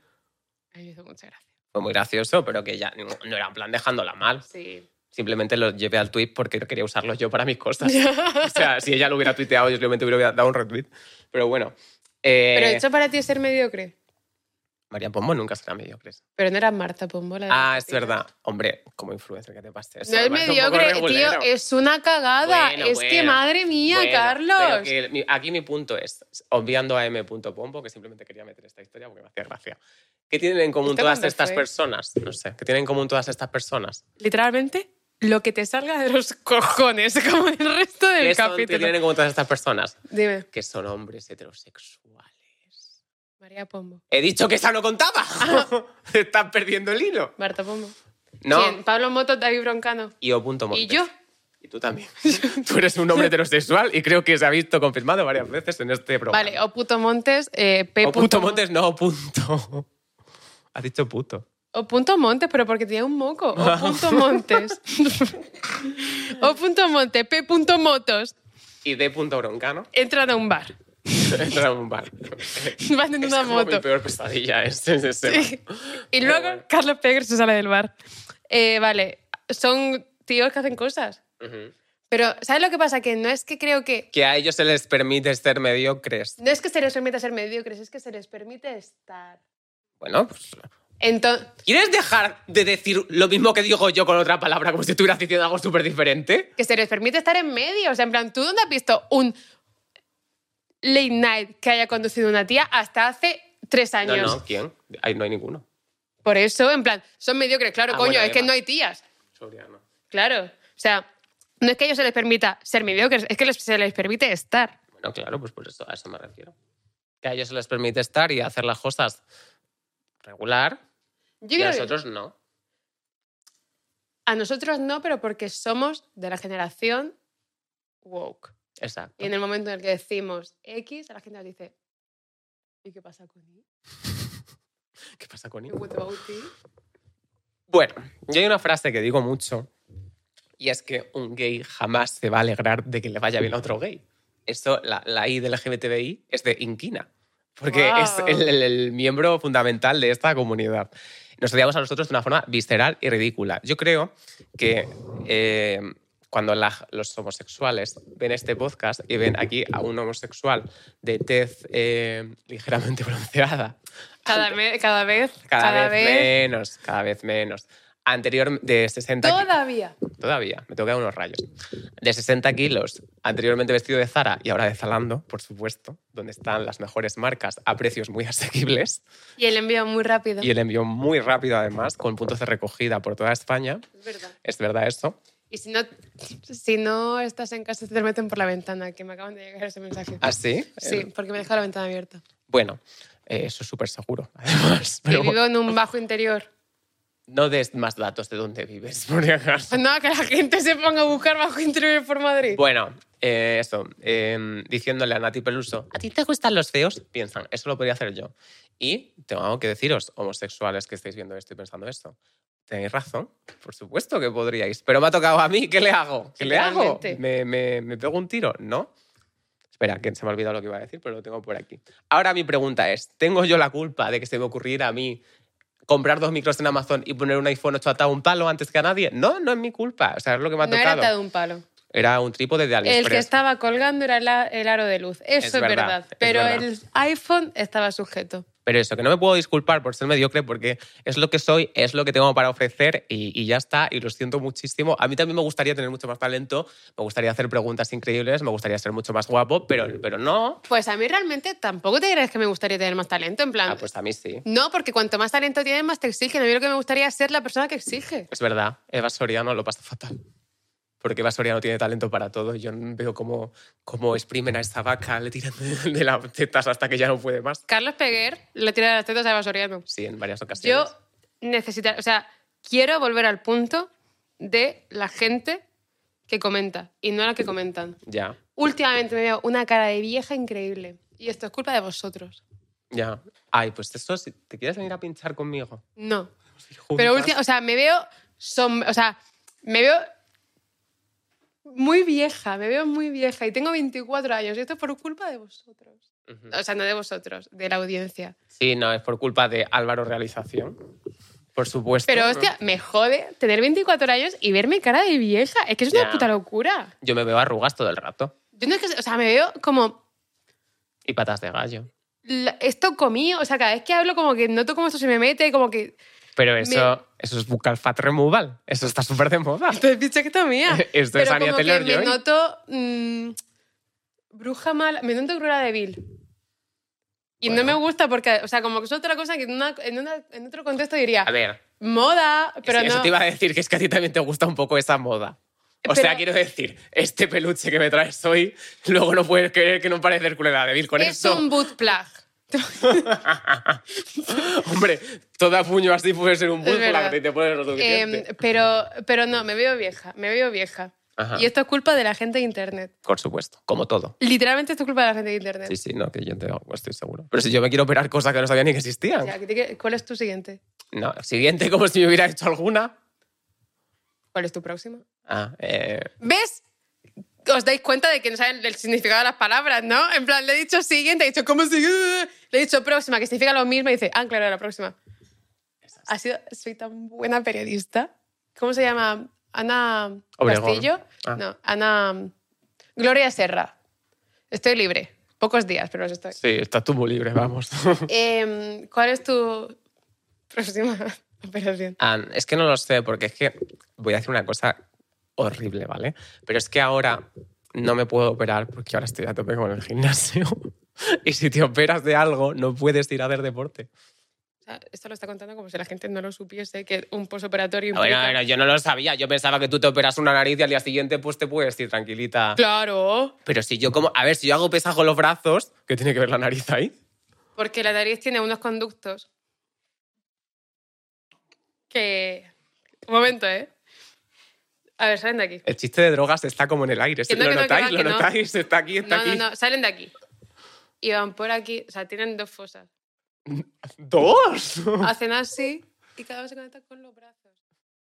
Speaker 1: A mí me hizo mucha gracia.
Speaker 2: Fue muy gracioso, pero que ya no no era en plan dejándola mal.
Speaker 1: Sí.
Speaker 2: Simplemente lo llevé al tweet porque quería usarlo yo para mis cosas. o sea, si ella lo hubiera tuiteado, yo simplemente hubiera dado un retweet. Pero bueno. eh,
Speaker 1: Pero eso para ti es ser mediocre.
Speaker 2: María Pombo nunca será mediocre.
Speaker 1: Pero no era Marta Pombola.
Speaker 2: Ah, es verdad. Hombre, como influencer que te pases.
Speaker 1: No es mediocre, tío, es una cagada.
Speaker 2: Bueno,
Speaker 1: es que
Speaker 2: bueno,
Speaker 1: madre mía,
Speaker 2: Bueno,
Speaker 1: Carlos.
Speaker 2: pero que el- mi- aquí mi punto es, obviando a m.pombo, que simplemente quería meter esta historia porque me hacía gracia. ¿Qué tienen en común
Speaker 1: ¿Esto
Speaker 2: todas
Speaker 1: cuándo
Speaker 2: estas
Speaker 1: fue?
Speaker 2: personas? No sé, ¿qué tienen en común todas estas personas?
Speaker 1: Literalmente, lo que te salga de los cojones, como el resto
Speaker 2: ¿Qué,
Speaker 1: del
Speaker 2: son- qué
Speaker 1: capítulo.
Speaker 2: tienen en común todas estas personas?
Speaker 1: Dime,
Speaker 2: Que son hombres heterosexuales.
Speaker 1: María Pombo.
Speaker 2: He dicho que esa no contaba. Te Estás perdiendo el hilo.
Speaker 1: Marta Pombo.
Speaker 2: No.
Speaker 1: Ah. ¿Quién? Pablo Moto, David Broncano.
Speaker 2: Y O. Montes.
Speaker 1: ¿Y yo?
Speaker 2: Y tú también. tú eres un hombre heterosexual y creo que se ha visto confirmado varias veces en este programa.
Speaker 1: Vale, O Puto Montes, eh, P.
Speaker 2: O puto Montes, no, punto. Has dicho puto.
Speaker 1: O punto Montes, pero porque tenía un moco. O punto Montes. o punto Montes, P. Punto Motos.
Speaker 2: Y de punto broncano.
Speaker 1: Entran a un bar.
Speaker 2: Entra en un bar.
Speaker 1: Van en
Speaker 2: Es
Speaker 1: una
Speaker 2: como
Speaker 1: moto.
Speaker 2: mi peor pesadilla este, es ese
Speaker 1: Sí.
Speaker 2: bar.
Speaker 1: Y
Speaker 2: Pero
Speaker 1: luego
Speaker 2: bueno.
Speaker 1: Carlos Pérez se sale del bar. Eh, vale, son tíos que hacen cosas.
Speaker 2: Ujú.
Speaker 1: Pero, ¿sabes lo que pasa? Que no es que creo que.
Speaker 2: Que a ellos se les permite ser mediocres.
Speaker 1: No es que se les permita ser mediocres, es que se les permite estar.
Speaker 2: Bueno, pues...
Speaker 1: Entonces.
Speaker 2: ¿Quieres dejar de decir lo mismo que digo yo con otra palabra como si estuvieras diciendo algo súper diferente?
Speaker 1: Que se les permite estar en medio. O sea, en plan, ¿tú dónde has visto un late night que haya conducido una tía hasta hace tres
Speaker 2: No,
Speaker 1: años?
Speaker 2: no, ¿quién? Ahí no hay ninguno.
Speaker 1: Por eso, en plan, son mediocres, claro,
Speaker 2: Ah,
Speaker 1: coño,
Speaker 2: bueno,
Speaker 1: es que
Speaker 2: Eva.
Speaker 1: no hay tías.
Speaker 2: Soriano.
Speaker 1: Claro. O sea, no es que a ellos se les permita ser mediocres, es que les- se les permite estar.
Speaker 2: Bueno, claro, pues por eso, a eso me refiero. Que a ellos se les permite estar y hacer las cosas regular
Speaker 1: Yo
Speaker 2: y a
Speaker 1: creo que
Speaker 2: nosotros no.
Speaker 1: a nosotros no, pero porque somos de la generación woke.
Speaker 2: Exacto.
Speaker 1: Y en el momento en el que decimos X, a la gente nos dice, ¿y qué pasa con Y?
Speaker 2: ¿Qué pasa con
Speaker 1: ¿Y
Speaker 2: él?
Speaker 1: what about Y?
Speaker 2: Bueno, yo hay una frase que digo mucho y es que un gay jamás se va a alegrar de que le vaya bien a otro gay. Esto, la, la I del LGBTI es de inquina, porque
Speaker 1: Guau.
Speaker 2: es el, el- el miembro fundamental de esta comunidad. Nos odiamos a nosotros de una forma visceral y ridícula. Yo creo que eh, cuando la- los homosexuales ven este podcast y ven aquí a un homosexual de tez eh, ligeramente bronceada,
Speaker 1: Cada, me- cada vez,
Speaker 2: cada, vez, menos, cada vez menos. Anterior de 60 ki-
Speaker 1: Todavía.
Speaker 2: todavía, me toca unos rayos. De 60 kilos, anteriormente vestido de Zara y ahora de Zalando, por supuesto, donde están las mejores marcas a precios muy asequibles
Speaker 1: Y el envío muy rápido.
Speaker 2: y el envío muy rápido además, con puntos de recogida por toda España.
Speaker 1: Es verdad.
Speaker 2: Es verdad eso.
Speaker 1: Y si no, si no estás en casa, te lo meten por la ventana, que me acaban de llegar ese mensaje.
Speaker 2: Así.
Speaker 1: Sí, porque me deja la ventana abierta.
Speaker 2: ¿Ah, Eh, Bueno, eh, eso es súper seguro, además.
Speaker 1: Y
Speaker 2: Pero
Speaker 1: vivo en un bajo interior.
Speaker 2: no des más datos de dónde vives, por si acaso.
Speaker 1: Pues nada, que la gente se ponga a buscar bajo interior por Madrid.
Speaker 2: Bueno, eh, eso, eh, diciéndole a Nati Peluso, ¿a ti te gustan los feos? Piensan, eso lo podría hacer yo. Y tengo que deciros, homosexuales que estáis viendo esto y pensando esto, tenéis razón, por supuesto que podríais, pero me ha tocado a mí, ¿qué le hago? ¿Qué le hago?
Speaker 1: Literalmente.
Speaker 2: ¿Me, me, me pego un tiro? ¿No? Espera, que se me ha olvidado lo que iba a decir, pero lo tengo por aquí. Ahora mi pregunta es, ¿tengo yo la culpa de que se me ocurriera a mí comprar dos micros en Amazon y poner un iPhone 8 atado a un palo antes que a nadie? No, no es mi culpa, o sea, es lo que me ha
Speaker 1: no era
Speaker 2: tocado.
Speaker 1: atado a un palo.
Speaker 2: Era un trípode de AliExpress.
Speaker 1: El que estaba colgando era la- el aro de luz. Eso es,
Speaker 2: Es verdad,
Speaker 1: verdad,
Speaker 2: es
Speaker 1: Pero
Speaker 2: verdad.
Speaker 1: el iPhone estaba sujeto.
Speaker 2: Pero eso, que no me puedo disculpar por ser mediocre porque es lo que soy, es lo que tengo para ofrecer y, y ya está, y lo siento muchísimo. A mí también me gustaría tener mucho más talento, me gustaría hacer preguntas increíbles, me gustaría ser mucho más guapo, pero, pero no.
Speaker 1: Pues a mí realmente tampoco te crees que me gustaría tener más talento, en plan.
Speaker 2: Ah, pues a mí sí.
Speaker 1: No, porque cuanto más talento tienes, más te exigen. A mí lo que me gustaría es ser la persona que exige.
Speaker 2: Es verdad, Eva Soriano lo pasa fatal. Porque Eva Soriano tiene talento para todo. Yo veo cómo, cómo exprimen a esta vaca, le tiran de, de las tetas hasta que ya no puede más.
Speaker 1: Carlos Peguer le tira de las tetas a Eva Soriano.
Speaker 2: Sí, en varias
Speaker 1: Yo
Speaker 2: ocasiones.
Speaker 1: necesito, o sea, quiero volver al punto de la gente que comenta y no la que comentan.
Speaker 2: Ya,
Speaker 1: Últimamente me veo una cara de vieja increíble y esto es culpa de vosotros.
Speaker 2: ya. Ay, pues eso, si te quieres venir a pinchar conmigo.
Speaker 1: No.
Speaker 2: Juntas.
Speaker 1: Pero última, o sea, me veo som- o sea, me veo muy vieja, me veo muy vieja y tengo 24 años y esto es por culpa de vosotros.
Speaker 2: Ujú.
Speaker 1: O sea, no de vosotros, de la audiencia.
Speaker 2: Sí, no, es por culpa de Álvaro Realización. Por supuesto.
Speaker 1: Pero
Speaker 2: ¿no?
Speaker 1: hostia, me jode tener 24 años y verme cara de vieja, es que es una
Speaker 2: Ya.
Speaker 1: puta locura.
Speaker 2: Yo me veo arrugas todo el rato.
Speaker 1: Yo no es que, o sea, me veo como
Speaker 2: Y patas de gallo.
Speaker 1: la- esto comí, o sea, cada vez que hablo como que noto cómo esto se me mete, como que...
Speaker 2: Pero eso, eso es bucal fat removal. Eso está súper de moda.
Speaker 1: Esto es bichectomía.
Speaker 2: Esto es
Speaker 1: Pero
Speaker 2: Anya
Speaker 1: como que
Speaker 2: Taylor-Joy.
Speaker 1: me noto mm, bruja mala, me noto cruela de Vil. Y no
Speaker 2: Bueno.
Speaker 1: me gusta porque, o sea, como que es otra cosa que en, una- en una- en otro contexto diría,
Speaker 2: A ver,
Speaker 1: moda, pero
Speaker 2: es-
Speaker 1: no...
Speaker 2: eso te iba a decir que es que a ti también te gusta un poco esa moda. O
Speaker 1: Pero-
Speaker 2: sea, quiero decir, este peluche que me traes hoy, luego no puedes creer que no parece Herculera de Vil con
Speaker 1: es
Speaker 2: eso.
Speaker 1: un boot plug.
Speaker 2: Hombre, toda puño así puede ser un bulbo
Speaker 1: verdad.
Speaker 2: la que te pones lo suficiente.
Speaker 1: Eh, pero, pero no, me veo vieja, me veo vieja.
Speaker 2: Ajá.
Speaker 1: Y esto es culpa de la gente de Internet.
Speaker 2: Por supuesto, como todo.
Speaker 1: Literalmente esto es culpa de la gente de Internet.
Speaker 2: Sí, sí, no, que yo te- pues, estoy seguro. Pero si yo me quiero operar cosas que no sabía ni que
Speaker 1: O
Speaker 2: existían.
Speaker 1: sea, que te que- ¿Cuál es tu siguiente?
Speaker 2: No, siguiente, como si me hubiera hecho alguna.
Speaker 1: ¿Cuál es tu próximo?
Speaker 2: Ah, eh,
Speaker 1: ¿Ves? Os dais cuenta de que no saben el significado de las palabras, ¿no? En plan, le he dicho siguiente, he dicho, ¿cómo sigue? Le he dicho próxima, que significa lo mismo, y dice, ah, claro, la próxima. Ha sido, soy tan buena periodista. ¿Cómo se llama? Ana
Speaker 2: Obregón.
Speaker 1: Castillo.
Speaker 2: Ah.
Speaker 1: No, Ana. mm, Gloria Serra. Estoy libre. Pocos días, pero los estoy.
Speaker 2: sí, estás tú muy libre, vamos.
Speaker 1: Em, ¿Cuál es tu próxima operación?
Speaker 2: Ah, es que no lo sé, porque es que voy a hacer una cosa horrible, ¿vale? Pero es que ahora no me puedo operar porque ahora estoy a tope con el gimnasio. y si te operas de algo, no puedes ir a hacer deporte.
Speaker 1: O sea, esto lo está contando como si la gente no lo supiese, que un posoperatorio
Speaker 2: Ah, Bueno,
Speaker 1: implica...
Speaker 2: bueno, yo no lo sabía. Yo pensaba que tú te operas una nariz y al día siguiente pues te puedes ir tranquilita.
Speaker 1: Claro,
Speaker 2: Pero si yo como... A ver, si yo hago pesas con los brazos, ¿qué tiene que ver la nariz ahí?
Speaker 1: porque la nariz tiene unos conductos que... Un momento, ¿eh? A ver, salen de aquí.
Speaker 2: El chiste de drogas está como en el aire.
Speaker 1: Que no,
Speaker 2: ¿Lo
Speaker 1: que no, que
Speaker 2: notáis?
Speaker 1: va,
Speaker 2: ¿Lo
Speaker 1: que no.
Speaker 2: notáis? Está aquí, está
Speaker 1: No,
Speaker 2: aquí.
Speaker 1: no, no, salen de aquí. Y van por aquí, o sea, tienen dos fosas.
Speaker 2: ¡Dos!
Speaker 1: Hacen así y cada uno se conecta con los brazos.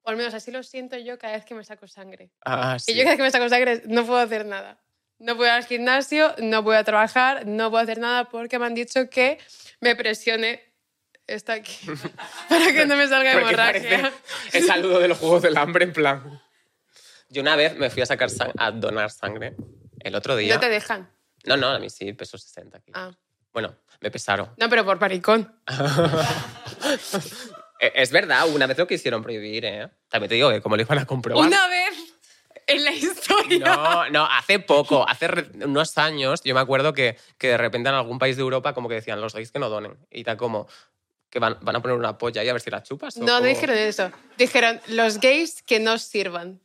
Speaker 1: O al menos así lo siento yo cada vez que me saco sangre.
Speaker 2: Ah,
Speaker 1: Que
Speaker 2: sí.
Speaker 1: yo cada vez que me saco sangre no puedo hacer nada. No puedo ir al gimnasio, no puedo trabajar, no puedo hacer nada porque me han dicho que me presione esto aquí para que no me salga
Speaker 2: Porque
Speaker 1: hemorragia.
Speaker 2: parece El saludo de los Juegos del Hambre, en plan. Yo una vez me fui a sacar sang- a donar sangre. El otro día.
Speaker 1: No te dejan.
Speaker 2: No, no, a mí sí, peso 60 kilos.
Speaker 1: Ah.
Speaker 2: Bueno, me pesaron.
Speaker 1: No, pero por paricón.
Speaker 2: E- Es verdad, una vez lo quisieron prohibir, ¿eh? También te digo que como lo iban a comprobar.
Speaker 1: Una vez en la historia.
Speaker 2: No, no, hace poco, hace re- unos años, yo me acuerdo que, que de repente en algún país de Europa como que decían los gays que no donen. Y tal como que van, van a poner una polla ahí a ver si la chupas. o
Speaker 1: No, no
Speaker 2: como-
Speaker 1: dijeron eso. Dijeron los gays que no sirvan.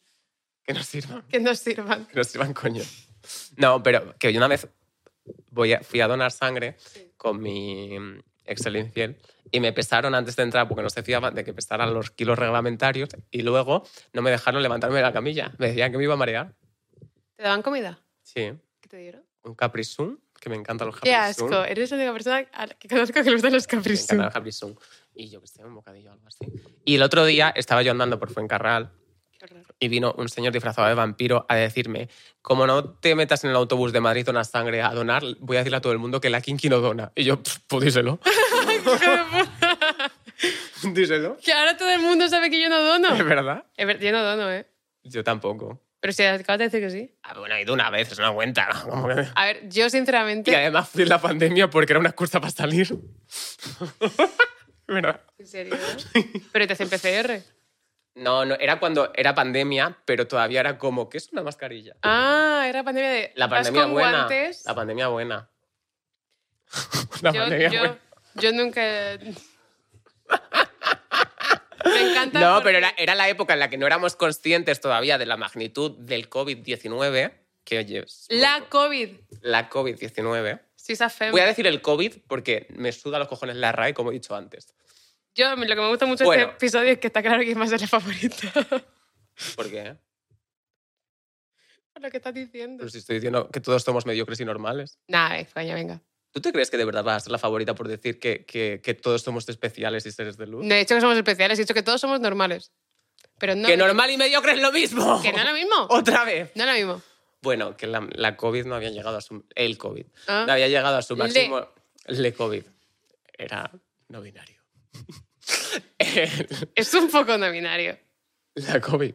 Speaker 2: Que no sirvan.
Speaker 1: Que no sirvan.
Speaker 2: que no sirvan coño. No, pero que yo una vez voy a- fui a donar sangre con mi ex el infiel y me pesaron antes de entrar porque no se fiaban de que pesaran los kilos reglamentarios y luego no me dejaron levantarme de la camilla. Me decían que me iba a marear.
Speaker 1: ¿Te daban comida?
Speaker 2: Sí,
Speaker 1: ¿Qué te dieron?
Speaker 2: un caprisum, que me encantan los
Speaker 1: Qué
Speaker 2: caprisum.
Speaker 1: asco. Eres la única persona a la que conozco que le gustan los
Speaker 2: Me
Speaker 1: caprichos.
Speaker 2: encantan los caprisum. Y yo que sé, un bocadillo o algo así. Y el otro día estaba yo andando por Fuencarral
Speaker 1: Qué horror.
Speaker 2: y vino un señor disfrazado de vampiro a decirme, como no te metas en el autobús de Madrid donas sangre a donar, voy a decirle a todo el mundo que la Kinky no dona. Y yo, "Pff, pues díselo, díselo.
Speaker 1: Que ahora todo el mundo sabe que yo no
Speaker 2: Es
Speaker 1: dono.
Speaker 2: verdad.
Speaker 1: Es ver- Yo no dono, ¿eh?
Speaker 2: Yo tampoco.
Speaker 1: Pero si acabas de decir que sí.
Speaker 2: Ah, bueno, he ido una vez, es una cuenta. ¿no? Como que-
Speaker 1: A ver, yo
Speaker 2: Y
Speaker 1: sinceramente...
Speaker 2: además fui en la pandemia porque era una excusa para salir. ¿Verdad?
Speaker 1: En serio. Pero te hacen PCR.
Speaker 2: No, no, era cuando era pandemia, pero todavía era como, ¿qué es una mascarilla?
Speaker 1: Ah, era pandemia de...
Speaker 2: La
Speaker 1: vas
Speaker 2: pandemia
Speaker 1: con
Speaker 2: buena.
Speaker 1: guantes.
Speaker 2: La pandemia buena. la
Speaker 1: yo,
Speaker 2: pandemia
Speaker 1: yo-
Speaker 2: buena.
Speaker 1: yo nunca... Me encanta
Speaker 2: No,
Speaker 1: porque-
Speaker 2: pero era, era la época en la que no éramos conscientes todavía de la magnitud del COVID-19. Que oye, es muy
Speaker 1: La Em.
Speaker 2: po-
Speaker 1: COVID.
Speaker 2: la COVID-19.
Speaker 1: Sí, esa fe.
Speaker 2: Voy a decir el COVID porque me suda los cojones la RAE, como he dicho antes.
Speaker 1: Yo, lo que me gusta mucho de
Speaker 2: Bueno.
Speaker 1: este episodio es que está claro que va a ser la favorita.
Speaker 2: Porque
Speaker 1: Por lo que estás diciendo.
Speaker 2: pues, si estoy diciendo que todos somos mediocres y normales.
Speaker 1: Nada, eh, coño, venga.
Speaker 2: ¿Tú te crees que de verdad vas a ser la favorita por decir que, que- que todos somos especiales y seres de luz?
Speaker 1: No he dicho que somos especiales, he dicho que todos somos normales. Pero no...
Speaker 2: que normal y mediocre es lo Oh. mismo.
Speaker 1: Que no es lo mismo.
Speaker 2: Otra vez.
Speaker 1: No es lo mismo.
Speaker 2: Bueno, que la, la COVID no había llegado a su... El COVID.
Speaker 1: Ah.
Speaker 2: No había llegado a su
Speaker 1: Le.
Speaker 2: máximo. Le COVID. Era no binario.
Speaker 1: Es un poco no binario.
Speaker 2: la COVID.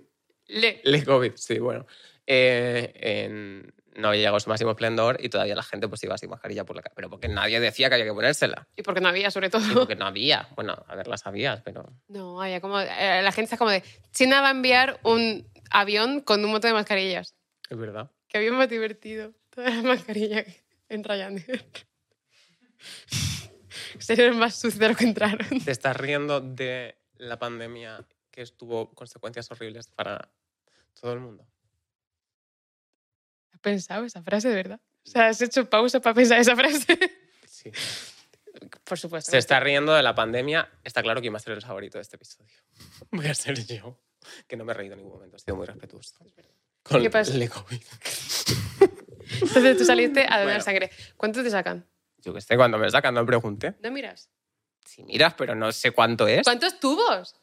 Speaker 1: Le.
Speaker 2: Le COVID, sí, bueno. Eh, en- no había llegado a su máximo esplendor y todavía la gente pues iba sin mascarilla por la calle. Pero porque nadie decía que había que ponérsela.
Speaker 1: Y porque no había, sobre todo.
Speaker 2: Y porque no había. Bueno, a ver, las había, pero...
Speaker 1: No, había como. eh, La gente está como de. China va a enviar un avión con un montón de mascarillas.
Speaker 2: Es verdad.
Speaker 1: Que avión más divertido. Todas las mascarillas que- en Ryanair. Sería más sucio de lo que entraron.
Speaker 2: Te estás riendo de la pandemia que tuvo consecuencias horribles para todo el mundo.
Speaker 1: ¿Has pensado esa frase, de verdad? O sea, has hecho pausa para pensar esa frase.
Speaker 2: Sí.
Speaker 1: Por supuesto.
Speaker 2: Se está riendo de la pandemia. Está claro quién va a ser el favorito de este episodio. Voy a ser yo, que no me he reído en ningún momento. He sido muy respetuoso. Con
Speaker 1: ¿Qué pasa?
Speaker 2: el COVID.
Speaker 1: Entonces tú saliste a donar
Speaker 2: Bueno.
Speaker 1: sangre. ¿Cuánto te sacan?
Speaker 2: Yo que sé, cuando me sacan no pregunté.
Speaker 1: ¿No miras?
Speaker 2: Si miras, pero no sé cuánto es.
Speaker 1: ¿Cuántos tubos?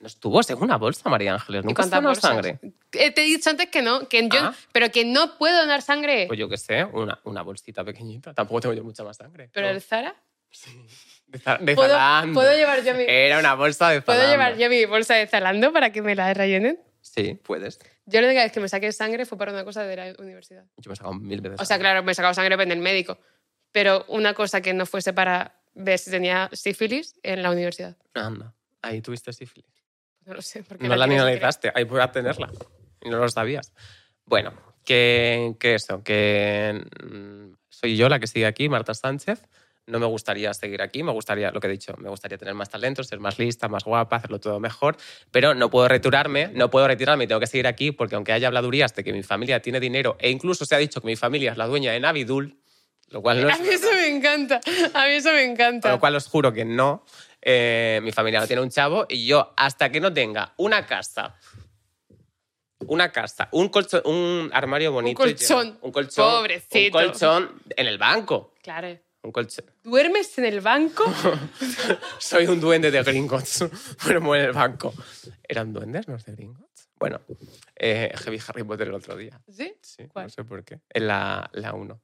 Speaker 2: No estuvo, es una bolsa, María Ángeles. Nunca
Speaker 1: cuántas
Speaker 2: está una
Speaker 1: bolsas?
Speaker 2: sangre.
Speaker 1: Eh, te he dicho antes que no, que yo,
Speaker 2: Ah.
Speaker 1: pero que no puedo donar sangre.
Speaker 2: Pues yo que sé, una, una bolsita pequeñita. Tampoco tengo yo mucha más sangre.
Speaker 1: pero
Speaker 2: No.
Speaker 1: el Zara.
Speaker 2: De Zara- de
Speaker 1: ¿Puedo,
Speaker 2: Zalando.
Speaker 1: puedo llevar yo mi,
Speaker 2: Era una bolsa de
Speaker 1: ¿puedo
Speaker 2: Zalando.
Speaker 1: llevar yo mi bolsa de Zalando para que me la rellenen?
Speaker 2: Sí, puedes.
Speaker 1: Yo la única vez que me saqué sangre fue para una cosa de la universidad.
Speaker 2: Yo me he sacado mil veces.
Speaker 1: O sea,
Speaker 2: sangre.
Speaker 1: claro, me he sacado sangre en el médico. Pero una cosa que no fuese para ver si tenía sífilis en la universidad.
Speaker 2: Anda, ahí tuviste sífilis.
Speaker 1: No lo sé. Porque
Speaker 2: No la
Speaker 1: tienes que
Speaker 2: analizaste, ahí podías tenerla. Y no lo sabías. Bueno, que, que eso, que mm, soy yo la que sigue aquí, Marta Sánchez. No me gustaría seguir aquí, me gustaría, lo que he dicho, me gustaría tener más talento, ser más lista, más guapa, hacerlo todo mejor, pero no puedo retirarme, no puedo retirarme, tengo que seguir aquí porque aunque haya habladurías de que mi familia tiene dinero e incluso se ha dicho que mi familia es la dueña de Navidul, lo cual no
Speaker 1: creer.
Speaker 2: es
Speaker 1: A mí eso me encanta. A mí eso me
Speaker 2: con
Speaker 1: encanta.
Speaker 2: lo cual os juro que no. eh, mi familia no tiene un chavo y yo, hasta que no tenga una casa, una casa, un, colchón, un armario bonito. y
Speaker 1: colchón.
Speaker 2: lleno- un colchón.
Speaker 1: Pobrecito.
Speaker 2: Un colchón en el banco.
Speaker 1: Claro.
Speaker 2: Un colchón.
Speaker 1: ¿Duermes en el banco?
Speaker 2: Soy un duende de Gringotts. Duermo en el banco. ¿Eran duendes, no es de Gringotts? Bueno, eh, que vi Harry Potter el otro día.
Speaker 1: ¿Sí?
Speaker 2: Sí, no
Speaker 1: ¿Cuál? Ah.
Speaker 2: sé por qué. En la 1.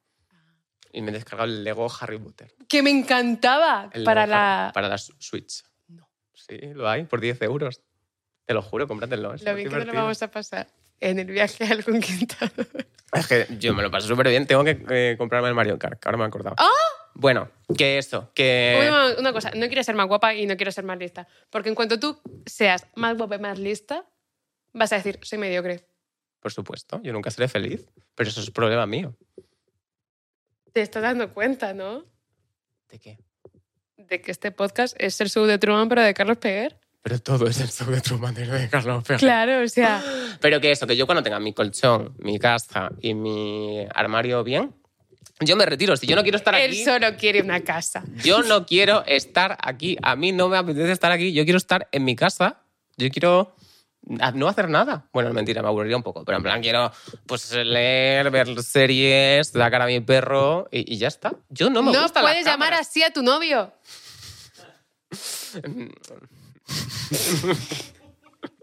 Speaker 2: y me he descargado el Lego Harry Potter.
Speaker 1: Que me encantaba
Speaker 2: El
Speaker 1: para
Speaker 2: Lego
Speaker 1: la...
Speaker 2: Harry- para la Su- Switch.
Speaker 1: No.
Speaker 2: Sí, lo hay por 10 euros. Te lo juro, cómpratelo. es
Speaker 1: Lo bien que nos lo
Speaker 2: divertido.
Speaker 1: vamos a pasar en el viaje al Conquistador.
Speaker 2: Es que yo me lo paso súper bien. Tengo que eh, comprarme el Mario Kart, que ahora me he acordado.
Speaker 1: ¡Ah!
Speaker 2: Bueno, que eso, que...
Speaker 1: Una, una cosa, no quiero ser más guapa y no quiero ser más lista. Porque en cuanto tú seas más guapa y más lista, vas a decir, soy mediocre.
Speaker 2: Por supuesto, yo nunca seré feliz, pero eso es problema mío.
Speaker 1: Te estás dando cuenta, ¿no?
Speaker 2: ¿De qué?
Speaker 1: De que este podcast es el show de Truman, pero de Carlos Peguer.
Speaker 2: Pero todo es el show de Truman de de Carlos Ferrer.
Speaker 1: Claro, o sea,
Speaker 2: Pero que eso, que yo cuando tenga mi colchón, mi casa y mi armario bien, yo me retiro. Si yo no quiero estar
Speaker 1: él
Speaker 2: aquí...
Speaker 1: solo quiere una casa.
Speaker 2: Yo no quiero estar aquí. A mí no me apetece estar aquí. Yo quiero estar en mi casa. Yo quiero a- no hacer nada. Bueno, mentira, me aburriría un poco. Pero en plan, quiero pues, leer, ver series, dar cara a mi perro y, y ya está. Yo no me
Speaker 1: no
Speaker 2: gusta
Speaker 1: puedes llamar así a tu novio.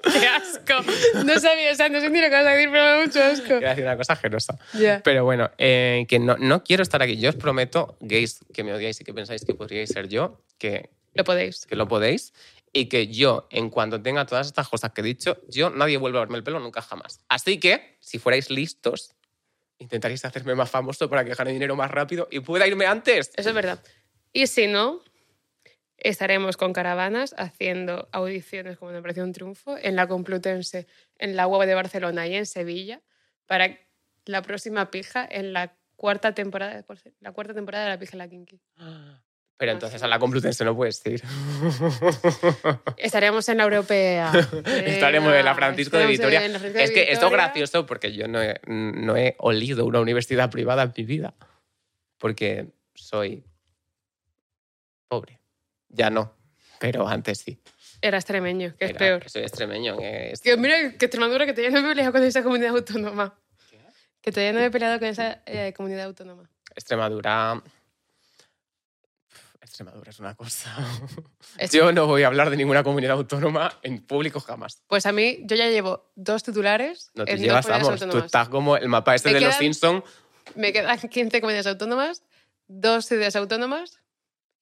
Speaker 1: ¡Qué asco! No sabía, o sea, no sé ni lo que vas a decir, pero me da mucho asco.
Speaker 2: Voy a decir una cosa generosa.
Speaker 1: Ya.
Speaker 2: Pero bueno, eh, que no, no quiero estar aquí. Yo os prometo, gays, que me odiáis y que pensáis que podríais ser yo, que,
Speaker 1: Lo podéis.
Speaker 2: que lo podéis y que yo, en cuanto tenga todas estas cosas que he dicho, yo nadie vuelve a verme el pelo nunca jamás. Así que, si fuerais listos, intentaréis hacerme más famoso para que gane dinero más rápido y pueda irme antes.
Speaker 1: Eso es verdad. Y si no, estaremos con caravanas haciendo audiciones como en Operación Triunfo en la Complutense, en la UAB de Barcelona y en Sevilla para la próxima pija en la cuarta temporada de, la cuarta temporada de la pija en la Kinky. Ah,
Speaker 2: Pero entonces a la Complutense no puedes ir.
Speaker 1: Estaremos en la europea.
Speaker 2: Estaremos en la Francisco de
Speaker 1: Estaremos
Speaker 2: Vitoria.
Speaker 1: en la Francisco de
Speaker 2: Es que esto es
Speaker 1: Vitoria.
Speaker 2: gracioso porque yo no he, no he olido una universidad privada en mi vida. Porque soy pobre. Ya no, pero antes sí.
Speaker 1: Era extremeño, que es
Speaker 2: Era-
Speaker 1: peor.
Speaker 2: Soy extremeño. que es-
Speaker 1: Que mira que Extremadura que todavía no me he peleado con esa comunidad autónoma.
Speaker 2: ¿Qué?
Speaker 1: Que todavía no me he peleado con esa eh, comunidad autónoma.
Speaker 2: Extremadura. Extremadura es una cosa. Yo no voy a hablar de ninguna comunidad autónoma en público jamás.
Speaker 1: Pues a mí, yo ya llevo dos titulares
Speaker 2: No te
Speaker 1: en
Speaker 2: llevas,
Speaker 1: dos comunidades
Speaker 2: vamos. Tú
Speaker 1: autónomas.
Speaker 2: estás como el mapa este
Speaker 1: Me
Speaker 2: de los
Speaker 1: quedan-
Speaker 2: Simpsons.
Speaker 1: Me quedan 15 comunidades autónomas, dos ciudades autónomas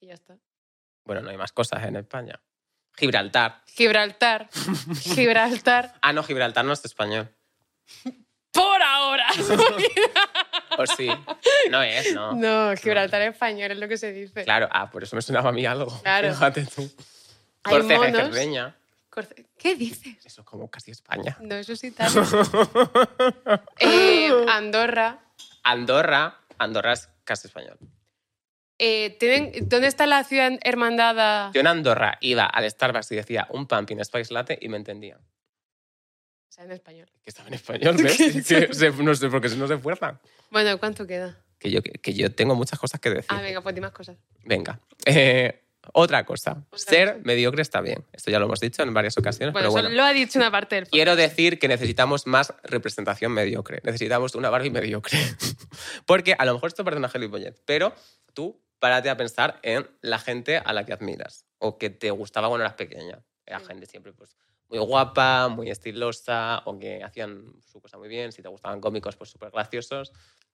Speaker 1: y ya está.
Speaker 2: Bueno, no hay más cosas en España. Gibraltar.
Speaker 1: Gibraltar, Gibraltar,
Speaker 2: Ah, no, Gibraltar no es español.
Speaker 1: por por ahora.
Speaker 2: Pues sí. No es, no.
Speaker 1: no, Gibraltar español es lo que se dice.
Speaker 2: Claro, ah, por eso me sonaba a mí algo.
Speaker 1: Claro.
Speaker 2: Fíjate tú.
Speaker 1: Hay
Speaker 2: Córcega y
Speaker 1: monos.
Speaker 2: Cerdeña.
Speaker 1: Corce- ¿Qué dices?
Speaker 2: Eso es como casi España.
Speaker 1: No, eso es Italia. Eh, Andorra.
Speaker 2: Andorra. Andorra es casi español.
Speaker 1: Eh, ¿tienen- ¿Dónde está la ciudad hermandada?
Speaker 2: Yo en Andorra iba al Starbucks y decía un pumpkin spice latte y me entendía.
Speaker 1: O sea, en español.
Speaker 2: Que estaba en español, ¿ves? Y que se- no sé por qué no se esfuerzan.
Speaker 1: Bueno, ¿cuánto queda?
Speaker 2: Que yo, que yo tengo muchas cosas que decir.
Speaker 1: Ah, venga, pues di más cosas.
Speaker 2: Venga. Eh, otra cosa. Ser
Speaker 1: cosa.
Speaker 2: mediocre está bien. Esto ya lo hemos dicho en varias ocasiones,
Speaker 1: Bueno,
Speaker 2: pero
Speaker 1: eso
Speaker 2: bueno.
Speaker 1: lo ha dicho una parte del
Speaker 2: Quiero decir que necesitamos más representación mediocre. Necesitamos una Barbie mediocre. Porque a lo mejor esto parece una gilipollez, pero tú párate a pensar en la gente a la que admiras o que te gustaba cuando eras pequeña. Era
Speaker 1: Sí.
Speaker 2: gente siempre pues, muy guapa, muy estilosa o que hacían su cosa muy bien. Si te gustaban cómicos, pues súper graciosos.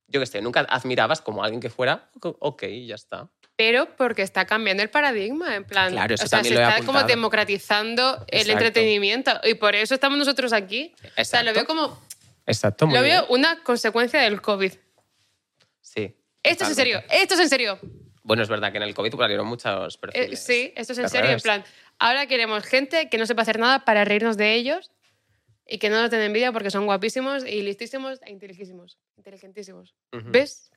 Speaker 2: Yo qué sé, nunca admirabas como alguien que fuera, ok, ya está.
Speaker 1: Pero porque está cambiando el paradigma, en plan.
Speaker 2: Claro, eso
Speaker 1: o sea,
Speaker 2: también
Speaker 1: se
Speaker 2: lo he
Speaker 1: está
Speaker 2: apuntado.
Speaker 1: como democratizando el
Speaker 2: Exacto.
Speaker 1: entretenimiento. Y por eso estamos nosotros aquí.
Speaker 2: Exacto.
Speaker 1: O sea, lo veo como.
Speaker 2: Exacto, muy
Speaker 1: lo
Speaker 2: bien.
Speaker 1: veo una consecuencia del COVID.
Speaker 2: Sí.
Speaker 1: Esto es en
Speaker 2: totalmente.
Speaker 1: serio, esto es en serio.
Speaker 2: Bueno, es verdad que en el COVID salieron muchos
Speaker 1: Eh,
Speaker 2: perfiles.
Speaker 1: sí, esto es en
Speaker 2: Las
Speaker 1: serio. En
Speaker 2: redes.
Speaker 1: plan, ahora queremos gente que no sepa hacer nada para reírnos de ellos y que no nos den envidia porque son guapísimos y listísimos e inteligentísimos. inteligentísimos.
Speaker 2: Ujú.
Speaker 1: ¿Ves?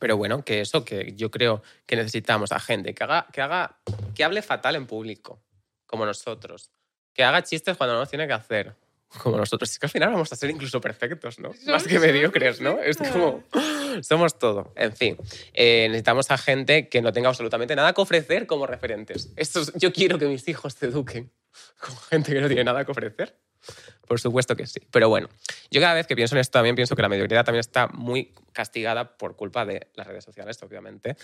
Speaker 2: Pero bueno, que eso, que yo creo que necesitamos a gente que haga, que haga, que hable fatal en público, como nosotros. Que haga chistes cuando no los tiene que hacer, como nosotros. Es que al final vamos a ser incluso perfectos, ¿no?
Speaker 1: Somos-
Speaker 2: Más que
Speaker 1: somos
Speaker 2: mediocres, ¿no? Es como, somos todo. En fin, eh, necesitamos a gente que no tenga absolutamente nada que ofrecer como referentes. Esto es- yo quiero que mis hijos se eduquen con gente que no tiene nada que ofrecer. Por supuesto que sí. Pero bueno, yo cada vez que pienso en esto también pienso que la mediocridad también está muy castigada por culpa de las redes sociales, obviamente.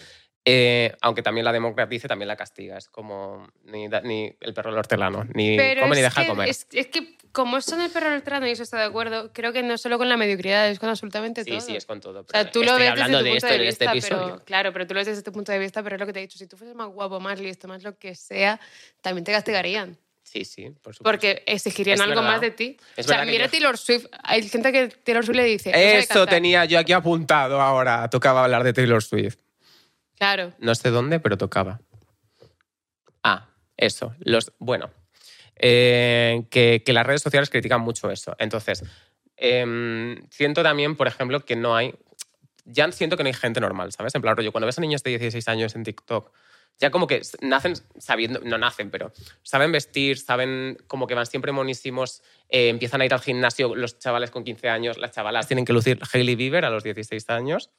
Speaker 2: Eh, aunque también la democratice, también la castiga. Es como ni, da- ni el perro del hortelano, ni
Speaker 1: Pero
Speaker 2: come ni
Speaker 1: es
Speaker 2: deja
Speaker 1: que-
Speaker 2: comer.
Speaker 1: Es, es que como son el perro electrano y eso está de acuerdo, creo que no solo con la mediocridad, es con absolutamente
Speaker 2: sí,
Speaker 1: todo.
Speaker 2: sí, es con todo.
Speaker 1: o sea, tú lo
Speaker 2: estoy
Speaker 1: ves desde
Speaker 2: hablando
Speaker 1: tu
Speaker 2: de
Speaker 1: punto
Speaker 2: esto
Speaker 1: de
Speaker 2: en este
Speaker 1: vista,
Speaker 2: episodio.
Speaker 1: pero claro, pero tú lo ves desde tu punto de vista, pero es lo que te he dicho, si tú fueses más guapo, más listo, más lo que sea, también te castigarían,
Speaker 2: Sí, sí, por supuesto.
Speaker 1: porque exigirían
Speaker 2: Es
Speaker 1: algo
Speaker 2: verdad.
Speaker 1: más de ti.
Speaker 2: Es
Speaker 1: o sea,
Speaker 2: verdad que
Speaker 1: mira
Speaker 2: yo-
Speaker 1: Taylor Swift, hay gente que Taylor Swift le dice, "No sabe
Speaker 2: Eso
Speaker 1: cantar".
Speaker 2: tenía yo aquí apuntado ahora. Tocaba hablar de Taylor Swift.
Speaker 1: Claro.
Speaker 2: No sé dónde, pero tocaba. Ah, eso. Los, bueno, eh, que, que las redes sociales critican mucho eso. Entonces, em, siento también, por ejemplo, que no hay... Ya siento que no hay gente normal, ¿sabes? En plan, rollo, cuando ves a niños de 16 años en TikTok, ya como que s- nacen sabiendo, no nacen, pero saben vestir, saben como que van siempre monísimos, eh, empiezan a ir al gimnasio los chavales con 15 años, las chavalas tienen que lucir Hailey Bieber a los 16 años,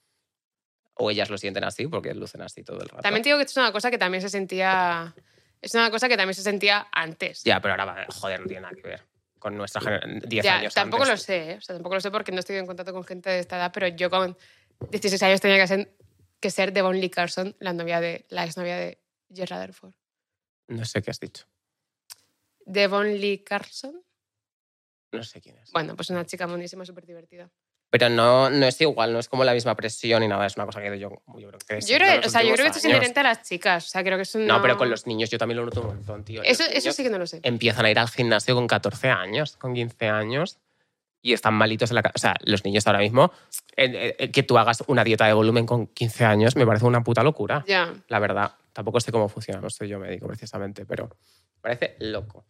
Speaker 2: o ellas lo sienten así porque lucen así todo el rato.
Speaker 1: También te digo que esto es una cosa que también se sentía es una cosa que también se sentía antes.
Speaker 2: Ya, pero ahora, va- joder, no tiene nada que ver con nuestra generación. 10
Speaker 1: Ya,
Speaker 2: años
Speaker 1: tampoco
Speaker 2: antes.
Speaker 1: lo sé, ¿eh? o sea, tampoco lo sé porque no estoy en contacto con gente de esta edad, pero yo con 16 años tenía que ser, que ser Devon Lee Carson, la novia de la exnovia de Gerard Rutherford.
Speaker 2: No sé qué has dicho.
Speaker 1: Devon Lee Carson,
Speaker 2: No sé quién es.
Speaker 1: bueno, pues una chica monísima, súper divertida.
Speaker 2: Pero no, no es igual, no es como la misma presión y nada. Es una cosa que yo, yo creo que...
Speaker 1: Yo creo, o sea, yo creo que esto es inherente a las chicas, o sea, creo que es un
Speaker 2: No, pero con los niños yo también lo noto un montón, tío.
Speaker 1: eso,
Speaker 2: Los
Speaker 1: eso
Speaker 2: niños eh.
Speaker 1: sí que no lo sé.
Speaker 2: Empiezan a ir al gimnasio con 14 años, con 15 años, y están malitos en la... ca- O sea, los niños ahora mismo, eh, eh, que tú hagas una dieta de volumen con 15 años me parece una puta locura.
Speaker 1: Ya.
Speaker 2: la verdad. Tampoco sé cómo funciona, no soy yo médico precisamente, pero parece loco.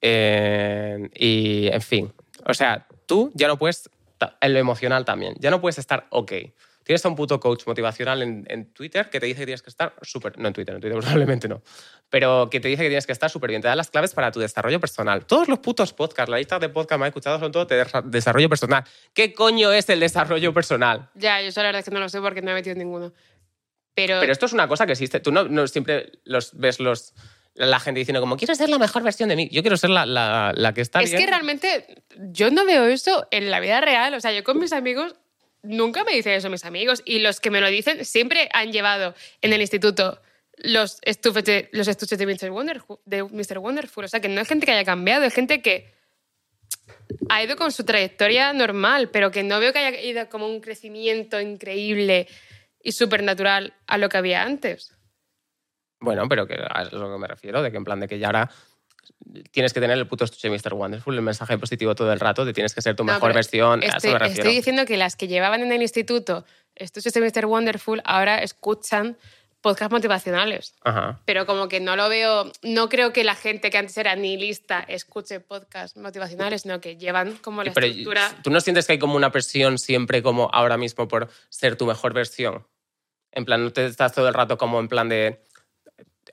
Speaker 2: Eh, y, en fin, o sea, tú ya no puedes, ta- en lo emocional también, ya no puedes estar ok. Tienes a un puto coach motivacional en, en Twitter que te dice que tienes que estar súper... No en Twitter, en Twitter probablemente no. Pero que te dice que tienes que estar súper bien. Te da las claves para tu desarrollo personal. Todos los putos podcasts, la lista de podcasts más escuchados son todos de desa- desarrollo personal. ¿Qué coño es el desarrollo personal?
Speaker 1: Ya, yo eso la verdad es que no lo sé porque no me he metido en ninguno. Pero,
Speaker 2: Pero esto es una cosa que existe. Tú no, no siempre los ves los la gente diciendo como quiero ser la mejor versión de mí. Yo quiero ser la, la- la que está
Speaker 1: es
Speaker 2: bien.
Speaker 1: que realmente yo no veo eso en la vida real. O sea, yo con mis amigos nunca me dicen eso mis amigos. Y los que me lo dicen siempre han llevado en el instituto los, estufes de- los estuches de Mr. Wonderful, de Mr. Wonderful. O sea, que no es gente que haya cambiado, es gente que ha ido con su trayectoria normal, pero que no veo que haya ido como un crecimiento increíble y supernatural a lo que había antes.
Speaker 2: Bueno, pero que a eso es a lo que me refiero, de que en plan de que ya ahora tienes que tener el puto estuche de Mr. Wonderful, el mensaje positivo todo el rato, te tienes que ser tu
Speaker 1: No,
Speaker 2: mejor
Speaker 1: pero
Speaker 2: versión, a eso
Speaker 1: Este, Estoy,
Speaker 2: me refiero.
Speaker 1: estoy diciendo que las que llevaban en el instituto estos de Mr. Wonderful ahora escuchan podcasts motivacionales.
Speaker 2: Ajá.
Speaker 1: Pero como que no lo veo, no creo que la gente que antes era nihilista escuche podcasts motivacionales, sino que llevan como la
Speaker 2: Pero,
Speaker 1: estructura.
Speaker 2: ¿Tú no sientes que hay como una presión siempre como ahora mismo por ser tu mejor versión? En plan, no te estás todo el rato como en plan de...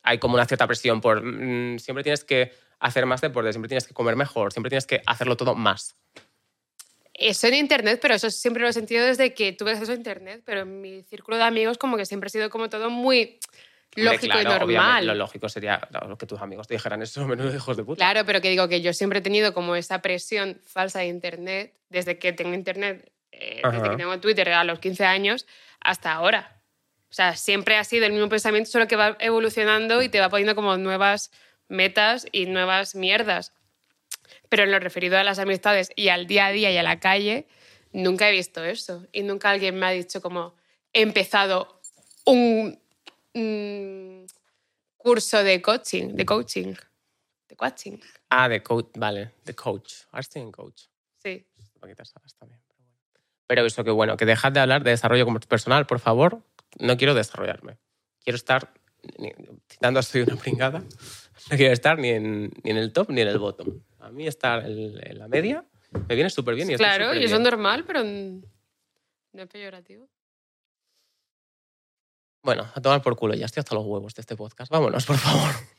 Speaker 2: Hay como una cierta presión por... mm, siempre tienes que hacer más deporte, siempre tienes que comer mejor, siempre tienes que hacerlo todo más.
Speaker 1: Eso en internet, pero eso siempre lo he sentido desde que tuve acceso a internet, pero en mi círculo de amigos como que siempre ha sido como todo muy
Speaker 2: Hombre,
Speaker 1: lógico
Speaker 2: claro,
Speaker 1: y
Speaker 2: obviamente,
Speaker 1: normal.
Speaker 2: Lo lógico sería claro, que tus amigos te dijeran eso, menudo hijos de puta.
Speaker 1: Claro, pero que digo que yo siempre he tenido como esa presión falsa de Internet, desde que tengo Internet, eh,
Speaker 2: Ajá.
Speaker 1: desde que tengo Twitter a los 15 años hasta ahora. O sea, siempre ha sido el mismo pensamiento, solo que va evolucionando y te va poniendo como nuevas metas y nuevas mierdas. Pero en lo referido a las amistades y al día a día y a la calle, nunca he visto eso. Y nunca alguien me ha dicho como he empezado un mm, curso de coaching, de coaching, de coaching.
Speaker 2: Ah, de coach, vale, de coach. Ahora estoy en coach.
Speaker 1: Sí.
Speaker 2: Paquitas Salas también, Pero bueno. Pero eso que bueno, que dejad de hablar de desarrollo como personal, por favor. No quiero desarrollarme. Quiero estar, ni- citando a Soy una pringada, no quiero estar ni en, ni en el top ni en el bottom. A mí estar en, en la media me viene súper bien. Y estoy
Speaker 1: claro, y
Speaker 2: superbién.
Speaker 1: eso es normal, pero n- no es peyorativo.
Speaker 2: Bueno, a tomar por culo, ya estoy hasta los huevos de este podcast. Vámonos, por favor.